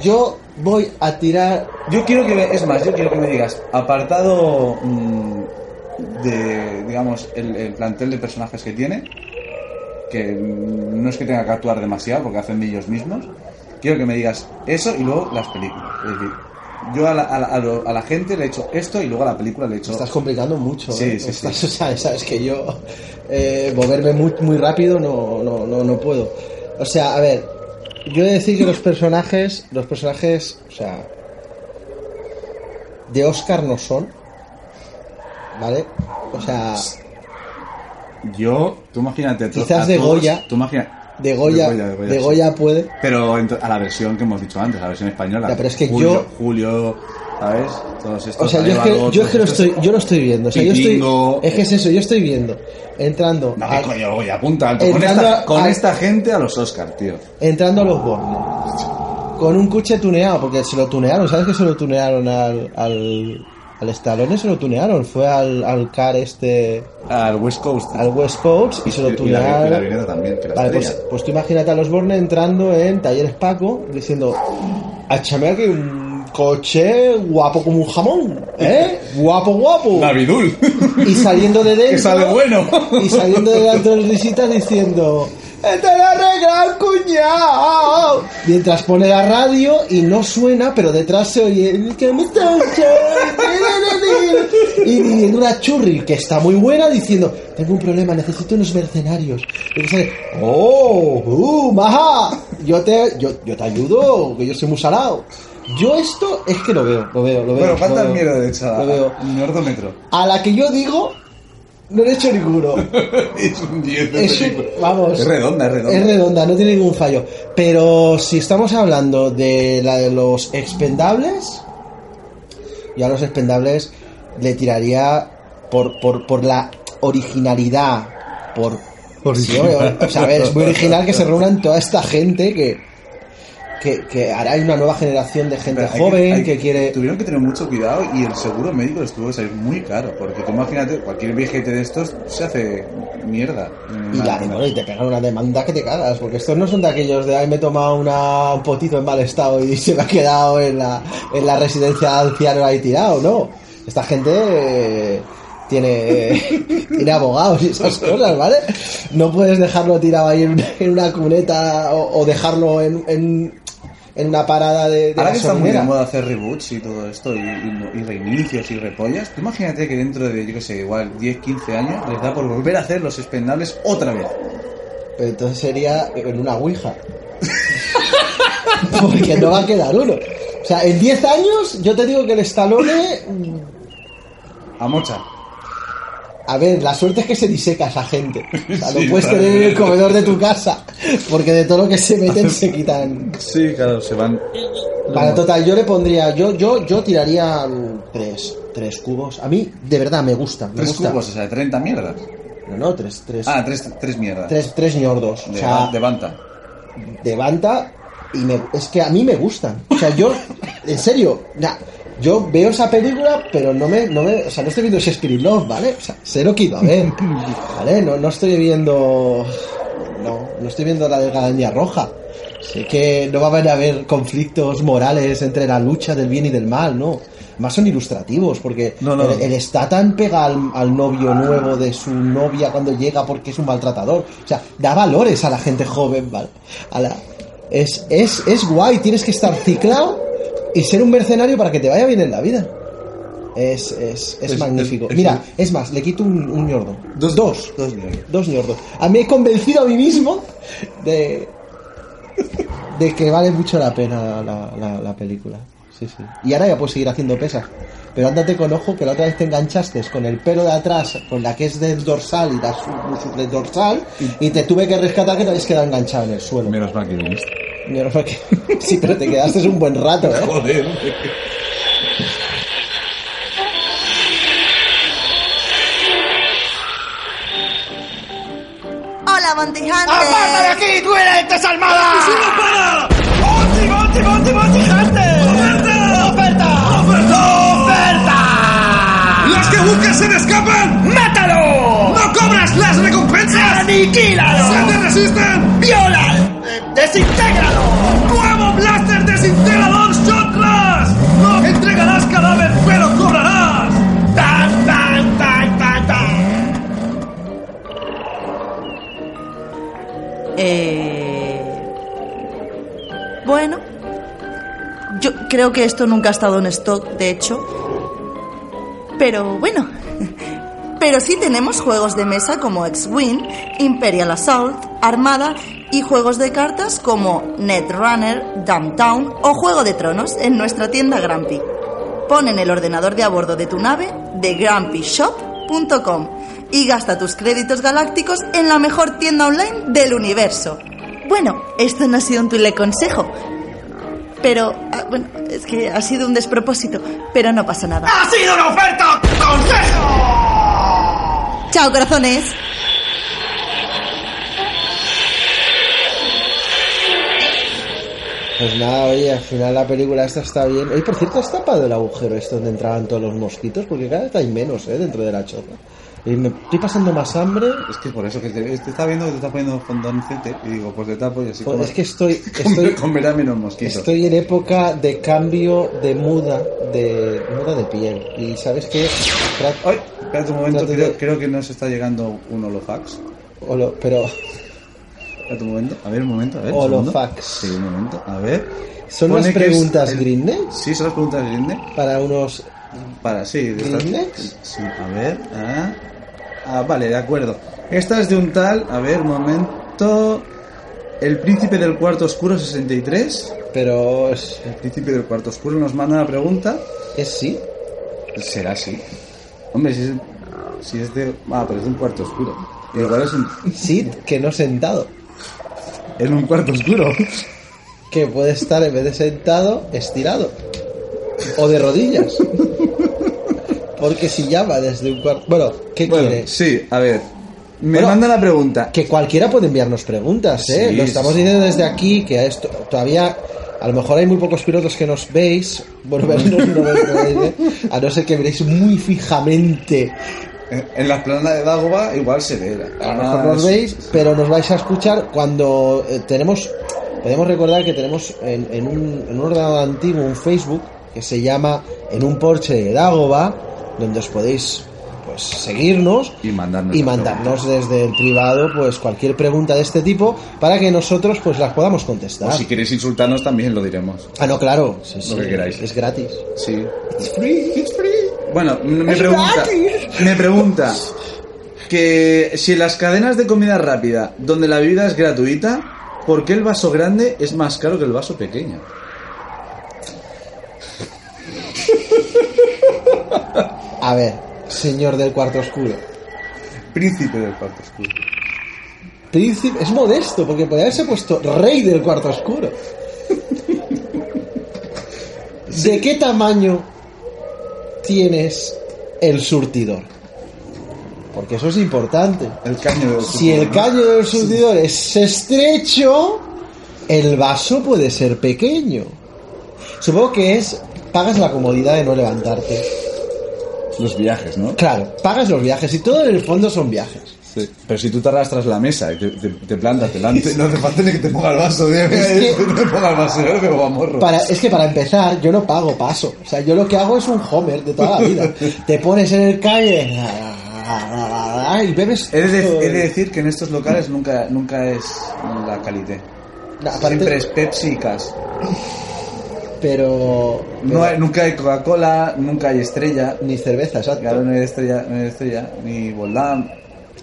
[SPEAKER 3] yo voy a tirar.
[SPEAKER 4] Yo quiero que me, es más, yo quiero que me digas, apartado mm, de, digamos, el, el plantel de personajes que tiene, que mm, no es que tenga que actuar demasiado porque hacen de ellos mismos, quiero que me digas eso y luego las películas. Es decir, yo a la, a la- a lo- a la gente le he hecho esto y luego a la película le he hecho.
[SPEAKER 3] Estás complicando mucho.
[SPEAKER 4] Sí,
[SPEAKER 3] ¿eh?
[SPEAKER 4] sí,
[SPEAKER 3] Estás- Sabes, sabes que yo eh, moverme muy, muy rápido no, no, no, no puedo. O sea, a ver, yo he de decir que los personajes, los personajes, o sea, de Oscar no son, ¿vale? O sea,
[SPEAKER 4] Yo, tú imagínate. to-
[SPEAKER 3] Quizás
[SPEAKER 4] a
[SPEAKER 3] de
[SPEAKER 4] todos-
[SPEAKER 3] Goya.
[SPEAKER 4] Tú imagina-
[SPEAKER 3] de Goya, de
[SPEAKER 4] sí.
[SPEAKER 3] Goya puede.
[SPEAKER 4] Pero ento- a la versión que hemos dicho antes, la versión española.
[SPEAKER 3] Ya, pero es que
[SPEAKER 4] Julio,
[SPEAKER 3] yo-
[SPEAKER 4] Julio, ¿sabes? Todos estos.
[SPEAKER 3] O sea, yo es que,
[SPEAKER 4] Arevalo,
[SPEAKER 3] yo es que lo
[SPEAKER 4] todos estos-
[SPEAKER 3] estoy, yo lo estoy viendo. O sea, yo estoy,
[SPEAKER 4] Pitingo.
[SPEAKER 3] es que es eso, yo estoy viendo, entrando,
[SPEAKER 4] No,
[SPEAKER 3] a-
[SPEAKER 4] qué coño, voy apunta alto. Con,
[SPEAKER 3] Entrando
[SPEAKER 4] esta,
[SPEAKER 3] a-
[SPEAKER 4] con
[SPEAKER 3] a-
[SPEAKER 4] esta gente a los Oscar, tío.
[SPEAKER 3] entrando a los bornes con un coche tuneado porque se lo tunearon sabes que se lo tunearon al al, Al Stallone se lo tunearon, fue al, al car este,
[SPEAKER 4] Al West Coast.
[SPEAKER 3] al West Coast y se lo
[SPEAKER 6] Y la, y la
[SPEAKER 3] tunearon.
[SPEAKER 6] avioneta también, que la
[SPEAKER 3] Vale, pues,
[SPEAKER 6] estrella.
[SPEAKER 3] pues tú imagínate a los Borne entrando en Talleres Paco diciendo, échame aquí un coche guapo como un jamón, ¿eh? Guapo, guapo.
[SPEAKER 4] Navidul.
[SPEAKER 3] Y saliendo de dentro...
[SPEAKER 4] que sale bueno.
[SPEAKER 3] Y saliendo de dentro de risitas diciendo... ¡Te lo ha arreglado, cuñado! Mientras pone la radio y no suena, pero detrás se oye... "Que me está escuchando". Y viendo una churri que está muy buena diciendo... Tengo un problema, necesito unos mercenarios. Y que sale... ¡Oh! ¡Uh! ¡Maja! Yo te, yo, yo te ayudo, que yo soy muy salado. Yo esto es que lo veo, lo veo, lo veo.
[SPEAKER 4] Bueno, falta
[SPEAKER 3] lo
[SPEAKER 4] el
[SPEAKER 3] veo.
[SPEAKER 4] miedo de echar
[SPEAKER 3] Lo veo.
[SPEAKER 4] al Nordómetro.
[SPEAKER 3] A la que yo digo, no le he hecho ninguno.
[SPEAKER 4] es un 10 de
[SPEAKER 3] Es, un-
[SPEAKER 4] película.
[SPEAKER 3] vamos,
[SPEAKER 4] Es redonda, es redonda.
[SPEAKER 3] es redonda, no tiene ningún fallo. Pero si estamos hablando de la de los expendables, yo a los expendables le tiraría por, por, por la originalidad, por... Sí, o sea, a ver, es muy original que se reúnan toda esta gente que, que, que ahora hay una nueva generación de gente
[SPEAKER 4] Pero hay
[SPEAKER 3] joven que,
[SPEAKER 4] hay-
[SPEAKER 3] quiere...
[SPEAKER 4] Tuvieron que tener mucho cuidado y el seguro médico les tuvo que salir muy caro. Porque tú imagínate, cualquier viejete de estos se hace mierda. Mm,
[SPEAKER 3] Y,
[SPEAKER 4] Una-
[SPEAKER 3] la- y bueno, y te pegan una demanda que te cagas, porque estos no son de aquellos de ay me he tomado una- un potito en mal estado y se me ha quedado en la, en la residencia de ancianos ahí tirado, no. Esta gente eh, tiene, tiene abogados y esas cosas, ¿vale? No puedes dejarlo tirado ahí en, una- en una cuneta o, o dejarlo en, en, en una parada de, de
[SPEAKER 4] Ahora que está muy de
[SPEAKER 3] gasolinera.
[SPEAKER 4] moda hacer reboots y todo esto, y, y- y reinicios y repollas, tú imagínate que dentro de, yo qué sé, igual 10, 15 años, les da por volver a hacer los expendables otra vez.
[SPEAKER 3] Pero entonces sería en una ouija. Porque no va a quedar uno. O sea, en 10 años yo te digo que el Stallone... mm,
[SPEAKER 4] A mocha.
[SPEAKER 3] A ver, la suerte es que se diseca esa gente. O sea, lo
[SPEAKER 4] Sí,
[SPEAKER 3] puedes
[SPEAKER 4] también.
[SPEAKER 3] tener en el comedor de tu casa. Porque de todo lo que se meten se quitan.
[SPEAKER 4] Sí, claro, se van.
[SPEAKER 3] Para total, yo le pondría... Yo yo yo tiraría mm, tres, tres cubos. A mí, de verdad, me gusta. Me
[SPEAKER 4] Tres
[SPEAKER 3] gusta.
[SPEAKER 4] cubos, o sea, 30 mierdas.
[SPEAKER 3] No, no, tres, tres.
[SPEAKER 4] Ah, tres, tres mierdas.
[SPEAKER 3] Tres, tres ñordos.
[SPEAKER 4] De,
[SPEAKER 3] o sea,
[SPEAKER 4] de Banta.
[SPEAKER 3] de Banta y me- es que a mí me gustan. O sea, yo, en serio, na- yo veo esa película, pero no me, no me, o sea, no estoy viendo Spirit Love, ¿vale? O sea, sé lo que iba a ver, ¿vale? No, no estoy viendo, no, no estoy viendo la delgadaña roja. Sé que no van a haber conflictos morales entre la lucha del bien y del mal, ¿no? Más son ilustrativos, porque
[SPEAKER 4] No, no.
[SPEAKER 3] el- el el Statham pega al, al novio nuevo de su novia cuando llega porque es un maltratador. O sea, da valores a la gente joven, ¿vale? A la- es, es, es guay, tienes que estar ciclado y ser un mercenario para que te vaya bien en la vida. Es, es, es
[SPEAKER 4] Es-
[SPEAKER 3] magnífico.
[SPEAKER 4] es- es-
[SPEAKER 3] Mira, es más, le quito un, un ñordo.
[SPEAKER 4] Dos, dos. Dos
[SPEAKER 3] Dos ñordos. A mí he convencido a mí mismo de, de que vale mucho la pena la, la- la película. Sí, sí. Y ahora ya puedes seguir haciendo pesas. Pero ándate con ojo que la otra vez te enganchaste con el pelo de atrás, con la que es del dorsal y la sub- subdorsal, y te tuve que rescatar que te habías quedado enganchado en el suelo.
[SPEAKER 6] Menos mal que viniste.
[SPEAKER 3] Menos mal que- Sí, pero te quedaste un buen rato, ¿eh?
[SPEAKER 4] Joder.
[SPEAKER 7] Hola, Montijantes.
[SPEAKER 8] Ah, Eh.
[SPEAKER 1] aquí, tú eres este desalmada!
[SPEAKER 8] ¡Las que buscas se me escapan!
[SPEAKER 1] ¡Mátalo!
[SPEAKER 8] ¡No cobras las recompensas! ¡Se te
[SPEAKER 1] ¡Aniquílalo!
[SPEAKER 8] resisten!
[SPEAKER 1] ¡Viola! Eh, ¡Desintégralo!
[SPEAKER 8] ¡Nuevo Blaster Desintegrador Shotlass! ¡No entregarás cadáver, pero cobrarás!
[SPEAKER 1] ¡Tan, tan, tan, tan, tan!
[SPEAKER 7] Eh... Bueno, yo creo que esto nunca ha estado en stock, de hecho. Pero bueno, pero sí tenemos juegos de mesa como X-Wing, Imperial Assault, Armada y juegos de cartas como Netrunner, Downtown o Juego de Tronos en nuestra tienda Grumpy. Pon en el ordenador de a bordo de tu nave de grumpyshop.com y gasta tus créditos galácticos en la mejor tienda online del universo. Bueno, esto no ha sido un teleconsejo, pero ah, bueno, es que ha sido un despropósito, pero no pasa nada.
[SPEAKER 1] ¡Ha sido una oferta! ¡Consejo!
[SPEAKER 7] Chao, corazones.
[SPEAKER 3] Pues nada, oye, al final la película esta está bien. Oye, por cierto, ¿has tapado el agujero este donde entraban todos los mosquitos? Porque cada vez hay menos, ¿eh? Dentro de la chorra. Y me estoy pasando más hambre.
[SPEAKER 4] Es que por eso que te, te está viendo que te está poniendo fondoncete y digo, pues te tapo y así
[SPEAKER 3] Joder,
[SPEAKER 4] como-
[SPEAKER 3] es que estoy,
[SPEAKER 4] como-
[SPEAKER 3] estoy,
[SPEAKER 4] comerá menos mosquitos.
[SPEAKER 3] estoy en época de cambio de muda, de muda de piel. Y sabes que...
[SPEAKER 4] Ay, espérate un momento,
[SPEAKER 3] No te-
[SPEAKER 4] creo, creo que nos está llegando un holofax.
[SPEAKER 3] pero
[SPEAKER 4] Espérate un momento, a ver, un momento, a ver. un
[SPEAKER 3] Holofax.
[SPEAKER 4] segundo. Sí, un momento, a ver.
[SPEAKER 3] ¿Son
[SPEAKER 4] Pone
[SPEAKER 3] las
[SPEAKER 4] que es
[SPEAKER 3] preguntas
[SPEAKER 4] el-
[SPEAKER 3] Grindel?
[SPEAKER 4] Sí, son las preguntas Grindel.
[SPEAKER 3] Para unos...
[SPEAKER 4] Para, sí. de estas-
[SPEAKER 3] ¿Grindels?
[SPEAKER 4] Sí, a ver. Ah, Ah, vale, de acuerdo. Esta es de un tal, a ver, un momento. El príncipe del cuarto oscuro 63.
[SPEAKER 3] Pero es,
[SPEAKER 4] El príncipe del cuarto oscuro nos manda la pregunta.
[SPEAKER 3] es sí.
[SPEAKER 4] ¿Será así? Hombre, si es, si es de... Ah, pero es de un cuarto oscuro. Y igual es, un,
[SPEAKER 3] Sí, que no sentado.
[SPEAKER 4] es un cuarto oscuro.
[SPEAKER 3] que puede estar en vez de sentado, estirado. O de rodillas. Porque si llama desde un cuarto. Bueno, ¿qué
[SPEAKER 4] Bueno,
[SPEAKER 3] quieres?
[SPEAKER 4] sí, a ver. Me
[SPEAKER 3] Bueno,
[SPEAKER 4] manda la pregunta.
[SPEAKER 3] Que cualquiera puede enviarnos preguntas, ¿eh?
[SPEAKER 4] Sí,
[SPEAKER 3] Lo estamos
[SPEAKER 4] sí.
[SPEAKER 3] diciendo desde aquí, que a esto todavía. A lo mejor hay muy pocos pilotos que nos veis. Bueno, no, no, no, no, ¿eh? a no ser que miréis muy fijamente.
[SPEAKER 4] En, en la plana de Dagoba igual se ve. Ah,
[SPEAKER 3] A lo mejor nos veis, pero nos vais a escuchar cuando eh, tenemos. Podemos recordar que tenemos en, en un, en un ordenador antiguo un Facebook que se llama En un Porsche de Dagoba, donde os podéis pues seguirnos
[SPEAKER 4] Y mandarnos
[SPEAKER 3] y
[SPEAKER 4] la
[SPEAKER 3] mandarnos desde el privado pues cualquier pregunta de este tipo para que nosotros pues las podamos
[SPEAKER 4] O
[SPEAKER 3] contestar.
[SPEAKER 4] Ah, si queréis insultarnos también lo diremos.
[SPEAKER 3] Ah, no, claro, sí, sí,
[SPEAKER 4] que queráis.
[SPEAKER 3] es gratis.
[SPEAKER 4] Sí. Bueno, me
[SPEAKER 3] Es
[SPEAKER 4] pregunta,
[SPEAKER 3] gratis.
[SPEAKER 4] me pregunta que si en las cadenas de comida rápida, donde la bebida es gratuita, ¿por qué el vaso grande es más caro que el vaso pequeño?
[SPEAKER 3] A ver, señor del cuarto oscuro.
[SPEAKER 4] Príncipe del cuarto oscuro.
[SPEAKER 3] Príncipe, es modesto porque podría haberse puesto rey del cuarto oscuro. ¿De qué tamaño tienes el surtidor? Porque eso es importante.
[SPEAKER 4] El caño del
[SPEAKER 3] Si el caño del surtidor es estrecho, el vaso puede ser pequeño. Supongo que es pagas la comodidad de no levantarte.
[SPEAKER 4] Los viajes, ¿no?
[SPEAKER 3] Claro, pagas los viajes y todo en el fondo son viajes.
[SPEAKER 4] Sí. Pero si tú te arrastras la mesa y te, te- te plantas delante, no hace falta ni que te ponga el vaso, tío.
[SPEAKER 3] Es que-
[SPEAKER 4] No te ponga el vaso, yo lo veo a morro.
[SPEAKER 3] Para- es que para empezar, yo no pago paso. O sea, yo lo que hago es un Homer de toda la vida. Te pones en el calle y bebes.
[SPEAKER 4] He de,
[SPEAKER 3] todo.
[SPEAKER 4] dec- he de decir que en estos locales nunca, nunca es la calidad.
[SPEAKER 3] No, aparte-
[SPEAKER 4] Siempre es Pepsi y Cas.
[SPEAKER 3] Pero.
[SPEAKER 4] No hay- nunca hay Coca-Cola, nunca hay Estrella.
[SPEAKER 3] Ni cerveza, exacto.
[SPEAKER 4] Claro, no hay Estrella, no hay Estrella, ni Boldam.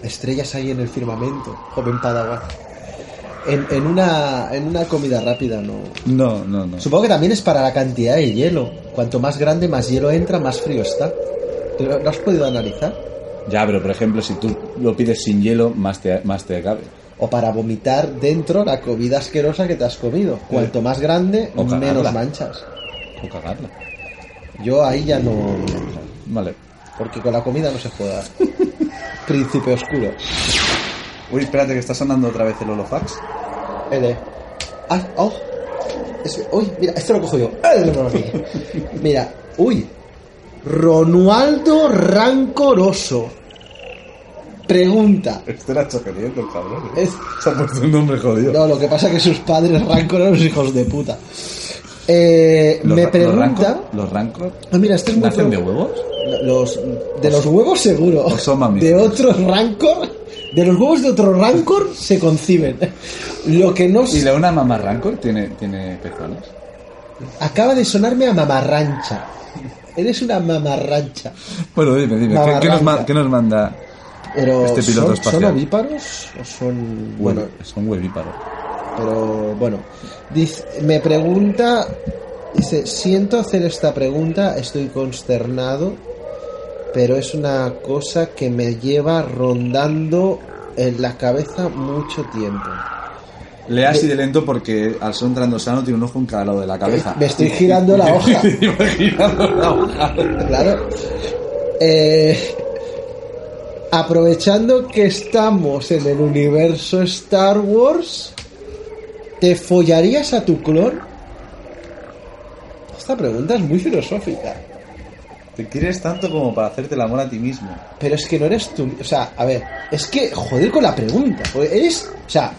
[SPEAKER 3] Estrellas ahí en el firmamento, joven Padawan. En, en, una, en una comida rápida, no.
[SPEAKER 4] No, no, no.
[SPEAKER 3] Supongo que también es para la cantidad de hielo. Cuanto más grande, más hielo entra, más frío está. ¿Lo lo has podido analizar?
[SPEAKER 4] Ya, pero por ejemplo, si tú lo pides sin hielo, más te, más te cabe.
[SPEAKER 3] o para vomitar dentro la comida asquerosa que te has comido.
[SPEAKER 4] Mm.
[SPEAKER 3] Cuanto más grande,
[SPEAKER 4] O cagarla.
[SPEAKER 3] menos manchas.
[SPEAKER 4] O cagarla.
[SPEAKER 3] Yo ahí ya no.
[SPEAKER 4] Vale.
[SPEAKER 3] Porque con la comida no se juega. Príncipe oscuro.
[SPEAKER 4] Uy, espérate que está sonando otra vez el holofax.
[SPEAKER 3] L. Ah, oh. Es- uy, mira, esto lo cojo yo. L, no, no, no. Mira, uy. Ronualdo Rancoroso. Pregunta.
[SPEAKER 4] Este era choqueriendo, el cabrón. eh.
[SPEAKER 3] Es-
[SPEAKER 4] Se ha puesto un nombre jodido.
[SPEAKER 3] No, lo que pasa es que sus padres rancorosos hijos de puta. Eh,
[SPEAKER 4] Los
[SPEAKER 3] me
[SPEAKER 4] ra-
[SPEAKER 3] pregunta.
[SPEAKER 4] ¿Los rancos?
[SPEAKER 3] Ah, mira, este es muy
[SPEAKER 4] ¿Nacen de
[SPEAKER 3] pro-
[SPEAKER 4] huevos?
[SPEAKER 3] Los, de los huevos seguro.
[SPEAKER 4] O son mamíferos.
[SPEAKER 3] de otro rancor. De los huevos de otro rancor se conciben. Lo que no
[SPEAKER 4] ¿Y
[SPEAKER 3] se-
[SPEAKER 4] la una mamá rancor tiene, tiene pezones?
[SPEAKER 3] acaba de sonarme a mamarrancha. Eres una mamarrancha.
[SPEAKER 4] Bueno, dime, dime. ¿qué,
[SPEAKER 3] Mamarranca.
[SPEAKER 4] qué nos, ma- qué nos manda?
[SPEAKER 3] Pero
[SPEAKER 4] Este piloto
[SPEAKER 3] ¿son,
[SPEAKER 4] espacial.
[SPEAKER 3] ¿son ovíparos o son bueno,
[SPEAKER 4] Bueno, es un huevíparo.
[SPEAKER 3] pero bueno, dice, me pregunta dice, "Siento hacer esta pregunta, estoy consternado, pero es una cosa que me lleva rondando en la cabeza mucho tiempo."
[SPEAKER 4] Lea así de lento porque al son Trandosano tiene un ojo en cada lado de la cabeza.
[SPEAKER 3] Me estoy girando la hoja.
[SPEAKER 4] Imaginando la hoja.
[SPEAKER 3] Claro. Eh, aprovechando que estamos en el universo Star Wars, ¿te follarías a tu clon? Esta pregunta es muy filosófica.
[SPEAKER 4] Te quieres tanto como para hacerte el amor a ti mismo.
[SPEAKER 3] Pero es que no eres tú. O sea, a ver, es que joder con la pregunta. porque Eres, o sea,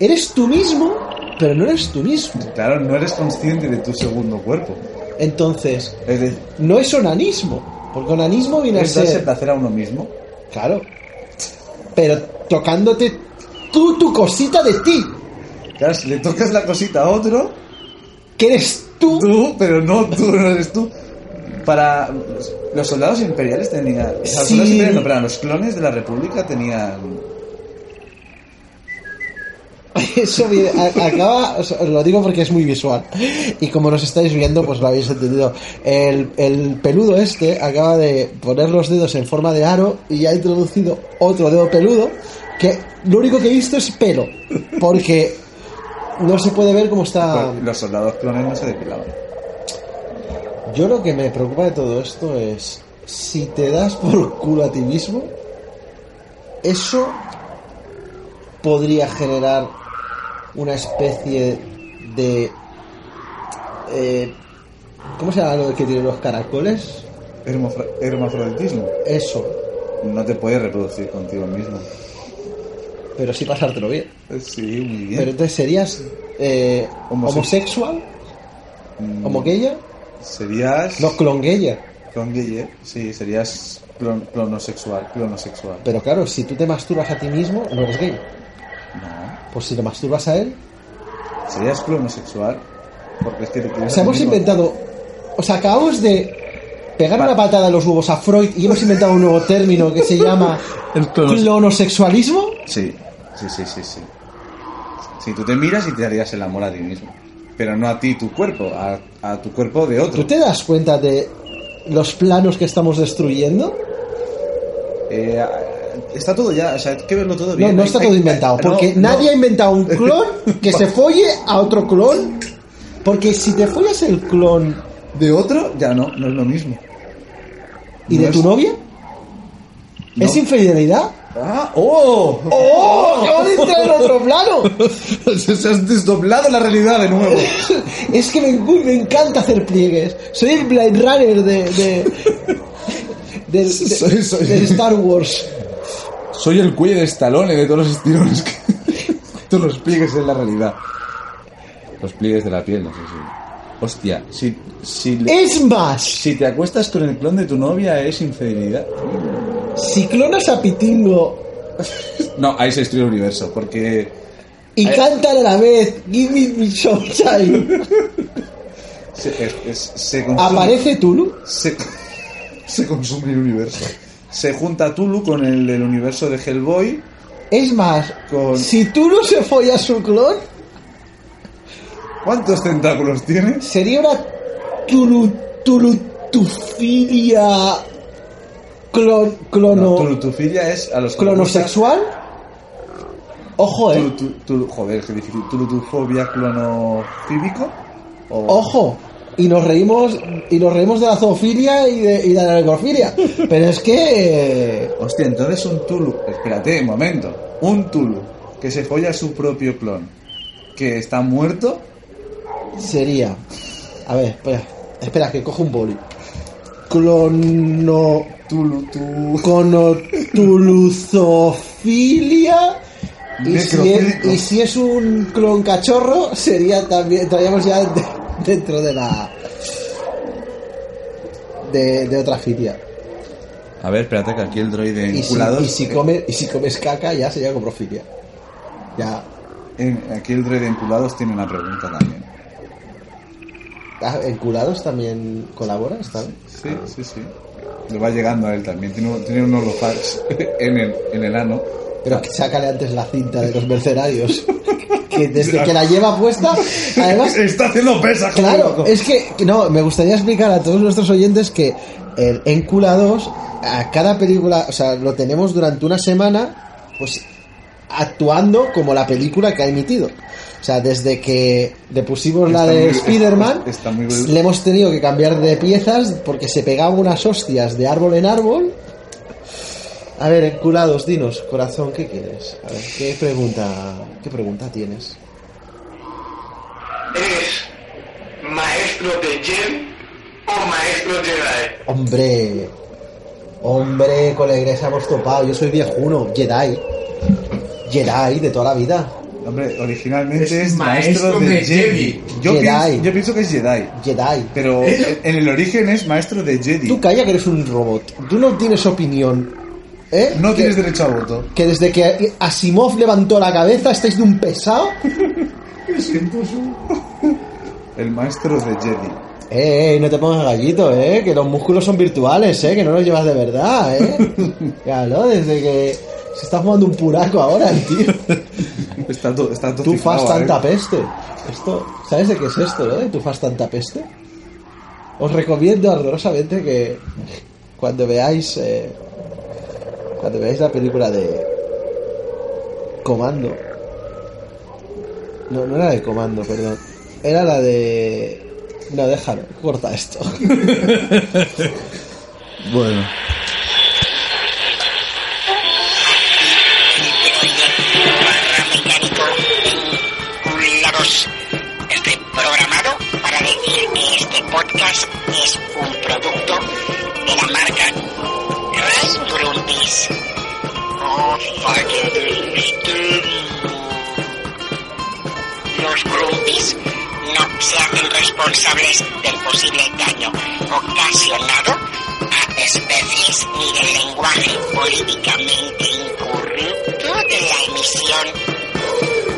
[SPEAKER 3] eres tú mismo, pero no eres tú mismo.
[SPEAKER 4] Claro, no eres consciente de tu segundo cuerpo.
[SPEAKER 3] Entonces,
[SPEAKER 4] Es decir,
[SPEAKER 3] no es onanismo. Porque onanismo viene a
[SPEAKER 4] es darse
[SPEAKER 3] ser.
[SPEAKER 4] placer a uno mismo.
[SPEAKER 3] Claro. Pero tocándote tú tu cosita de ti.
[SPEAKER 4] Claro, si le tocas la cosita a otro,
[SPEAKER 3] Que eres tú.
[SPEAKER 4] tú, pero no tú, no eres tú. Para los soldados imperiales tenían. o sea, los
[SPEAKER 3] Sí.
[SPEAKER 4] soldados imperiales no, perdón, los clones de la República tenían.
[SPEAKER 3] Eso viene- a- acaba, os os lo digo porque es muy visual. Y como nos estáis viendo, pues lo habéis entendido. El, el peludo este acaba de poner los dedos en forma de aro y ha introducido otro dedo peludo que lo único que he visto es pelo. Porque no se puede ver cómo está...
[SPEAKER 4] pues, Los soldados clones no se depilaban.
[SPEAKER 3] Yo lo que me preocupa de todo esto es si te das por culo a ti mismo, eso podría generar una especie de eh, ¿cómo se llama lo que tienen los caracoles?
[SPEAKER 4] Hermofra- Hermafroditismo.
[SPEAKER 3] Eso,
[SPEAKER 4] No te puedes reproducir contigo mismo. Eh,
[SPEAKER 3] pero sí pasártelo bien.
[SPEAKER 4] Sí, muy bien.
[SPEAKER 3] Pero entonces serías eh,
[SPEAKER 4] Homose-
[SPEAKER 3] homosexual,
[SPEAKER 4] Mm,
[SPEAKER 3] homoqueya,
[SPEAKER 4] Serías.
[SPEAKER 3] no clongueya.
[SPEAKER 4] Clon gay, eh? Sí, serías clon- clonosexual. Clonosexual.
[SPEAKER 3] Pero claro, si tú te masturbas a ti mismo, no eres gay.
[SPEAKER 4] No.
[SPEAKER 3] Pues si te masturbas a él,
[SPEAKER 4] Serías clonosexual. Porque es que te
[SPEAKER 3] O
[SPEAKER 4] quieres
[SPEAKER 3] sea,
[SPEAKER 4] a ti
[SPEAKER 3] hemos
[SPEAKER 4] mismo.
[SPEAKER 3] inventado. O sea, acabamos de pegar una patada a los huevos a Freud y hemos inventado un nuevo término que se llama
[SPEAKER 4] El clonos-
[SPEAKER 3] clonosexualismo.
[SPEAKER 4] Sí, sí, sí, sí, sí. Si tú te miras y te harías el amor a ti mismo. Pero no a ti, tu cuerpo, a, a tu cuerpo de otro.
[SPEAKER 3] ¿Tú te das cuenta de los planos que estamos destruyendo?
[SPEAKER 4] Eh, está todo ya, o sea, hay que verlo todo bien.
[SPEAKER 3] no, no
[SPEAKER 4] Hay-
[SPEAKER 3] está
[SPEAKER 4] hay-
[SPEAKER 3] todo inventado,
[SPEAKER 4] no,
[SPEAKER 3] porque
[SPEAKER 4] no.
[SPEAKER 3] nadie ha inventado un clon que se folle a otro clon. Porque si te follas el clon
[SPEAKER 4] De otro, ya no, no es lo mismo.
[SPEAKER 3] y
[SPEAKER 4] No
[SPEAKER 3] de
[SPEAKER 4] es-
[SPEAKER 3] tu novia,
[SPEAKER 4] No.
[SPEAKER 3] ¿es infidelidad?
[SPEAKER 4] ¡Ah! ¡Oh!
[SPEAKER 3] ¡Oh! ¡Acabo de entrar en otro plano!
[SPEAKER 4] se, se has desdoblado la realidad de nuevo.
[SPEAKER 3] Es que me, encu- me encanta hacer pliegues. Soy el Blade Runner de. de del, de-
[SPEAKER 4] Soy- soy-
[SPEAKER 3] del Star Wars.
[SPEAKER 4] Soy el cuello de Stallone de todos los estirones que... Tú los pliegues en la realidad. Los pliegues de la piel, no sé si... Hostia, si, si, le-
[SPEAKER 3] Es más,
[SPEAKER 4] si te acuestas con el clon de tu novia es infidelidad.
[SPEAKER 3] si clonas a Pitingo
[SPEAKER 4] No, ahí se destruye el universo, porque...
[SPEAKER 3] y
[SPEAKER 4] Eh.
[SPEAKER 3] cantan a la vez Give me my sunshine,
[SPEAKER 4] Se, es- es- se consume-
[SPEAKER 3] aparece Tulu.
[SPEAKER 4] Se, se consume el universo. Se junta Tulu con el del universo de Hellboy.
[SPEAKER 3] Es más,
[SPEAKER 4] Con-
[SPEAKER 3] si Tulu se folla a su clon,
[SPEAKER 4] ¿Cuántos tentáculos tienes?
[SPEAKER 3] sería una Tulu Tulu Tufilia clon,
[SPEAKER 4] No,
[SPEAKER 3] clono,
[SPEAKER 4] Tulutufilia es a los que
[SPEAKER 3] clonosexual. Ojo, eh.
[SPEAKER 4] Tulu- tu- tulu- joder, qué difícil. Tulutufobia clonofíbico. O-
[SPEAKER 3] Ojo, y nos reímos y nos reímos de la zoofilia y de, y de la necrofilia. Pero es que eh,
[SPEAKER 4] Hostia, entonces un Tulu. Espérate, un momento. Un Tulu que se folla a su propio clon. Que está muerto.
[SPEAKER 3] sería. A ver, espera, espera que cojo un boli. Clono
[SPEAKER 4] Tulutu.
[SPEAKER 3] conotuluzofilia y si, es,
[SPEAKER 4] Necrofílico.
[SPEAKER 3] y si es un clon cachorro sería también estaríamos ya de- dentro de la de, de otra filia
[SPEAKER 4] A ver, espérate que aquí el droide
[SPEAKER 3] y si,
[SPEAKER 4] enculado.
[SPEAKER 3] y si come y si comes caca ya sería como filia ya
[SPEAKER 4] En- aquí el Dread Enculados tiene una pregunta también.
[SPEAKER 3] Ah, ¿En curados también colaboras? ¿Tal?
[SPEAKER 4] Sí, sí, sí. Ah. Le va llegando a él también. Tiene, un- tiene unos lofax en el, en el ano.
[SPEAKER 3] Pero que sácale antes la cinta de los mercenarios. Que desde que la lleva puesta, además,
[SPEAKER 4] Está haciendo pesas, como
[SPEAKER 3] claro,
[SPEAKER 4] loco.
[SPEAKER 3] es que, que no, me gustaría explicar a todos nuestros oyentes que el Enculados, a cada película, o sea, lo tenemos durante una semana, pues actuando como la película que ha emitido. O sea, desde que le pusimos la
[SPEAKER 4] Está
[SPEAKER 3] de
[SPEAKER 4] muy- está-
[SPEAKER 3] Spider-Man,
[SPEAKER 4] está muy bien.
[SPEAKER 3] le hemos tenido que cambiar de piezas porque se pegaban unas hostias de árbol en árbol. A ver, enculados, dinos, corazón, ¿qué quieres? A ver, ¿qué pregunta, qué pregunta tienes?
[SPEAKER 1] ¿Eres maestro?
[SPEAKER 6] maestro de Jen o maestro Jedi.
[SPEAKER 3] Hombre, hombre, colega, se hemos topado. Yo soy viejuno, Jedi. Jedi de toda la vida.
[SPEAKER 4] Hombre, originalmente es,
[SPEAKER 5] Es maestro
[SPEAKER 4] maestro, de,
[SPEAKER 5] de
[SPEAKER 4] Jedi.
[SPEAKER 5] Jedi.
[SPEAKER 4] Yo,
[SPEAKER 3] Jedi.
[SPEAKER 4] Pienso, yo pienso que es Jedi.
[SPEAKER 3] Jedi.
[SPEAKER 4] Pero en en el origen es maestro de Jedi.
[SPEAKER 3] Tú calla que eres un robot. Tú no tienes opinión. ¿Eh?
[SPEAKER 4] No
[SPEAKER 3] Que-
[SPEAKER 4] tienes derecho al voto.
[SPEAKER 3] Que desde que Asimov levantó la cabeza estáis de un pesado.
[SPEAKER 4] El maestro de Jedi.
[SPEAKER 3] Eh, eh, no te pongas gallito, eh, que los músculos son virtuales, eh, que no los llevas de verdad, eh. Claro, desde que se está fumando un puraco ahora, el tío.
[SPEAKER 4] Está todo está todo
[SPEAKER 3] Tú
[SPEAKER 4] cifrado,
[SPEAKER 3] fas
[SPEAKER 4] ¿eh?
[SPEAKER 3] tanta peste. Esto, ¿sabes de qué es esto, eh? Tú fas tanta peste. Os recomiendo ardorosamente que cuando veáis eh, cuando veáis la película de Comando. No, no era de Comando, perdón. Era la de no, déjalo, corta esto.
[SPEAKER 4] Bueno.
[SPEAKER 6] mecánico un Lagos. Estoy programado para decir que este podcast es un producto de la marca Ray Brundis. Oh, fucking delicious. Los Brundis no se hacen responsables del posible daño ocasionado a especies ni del lenguaje políticamente incorrecto de la emisión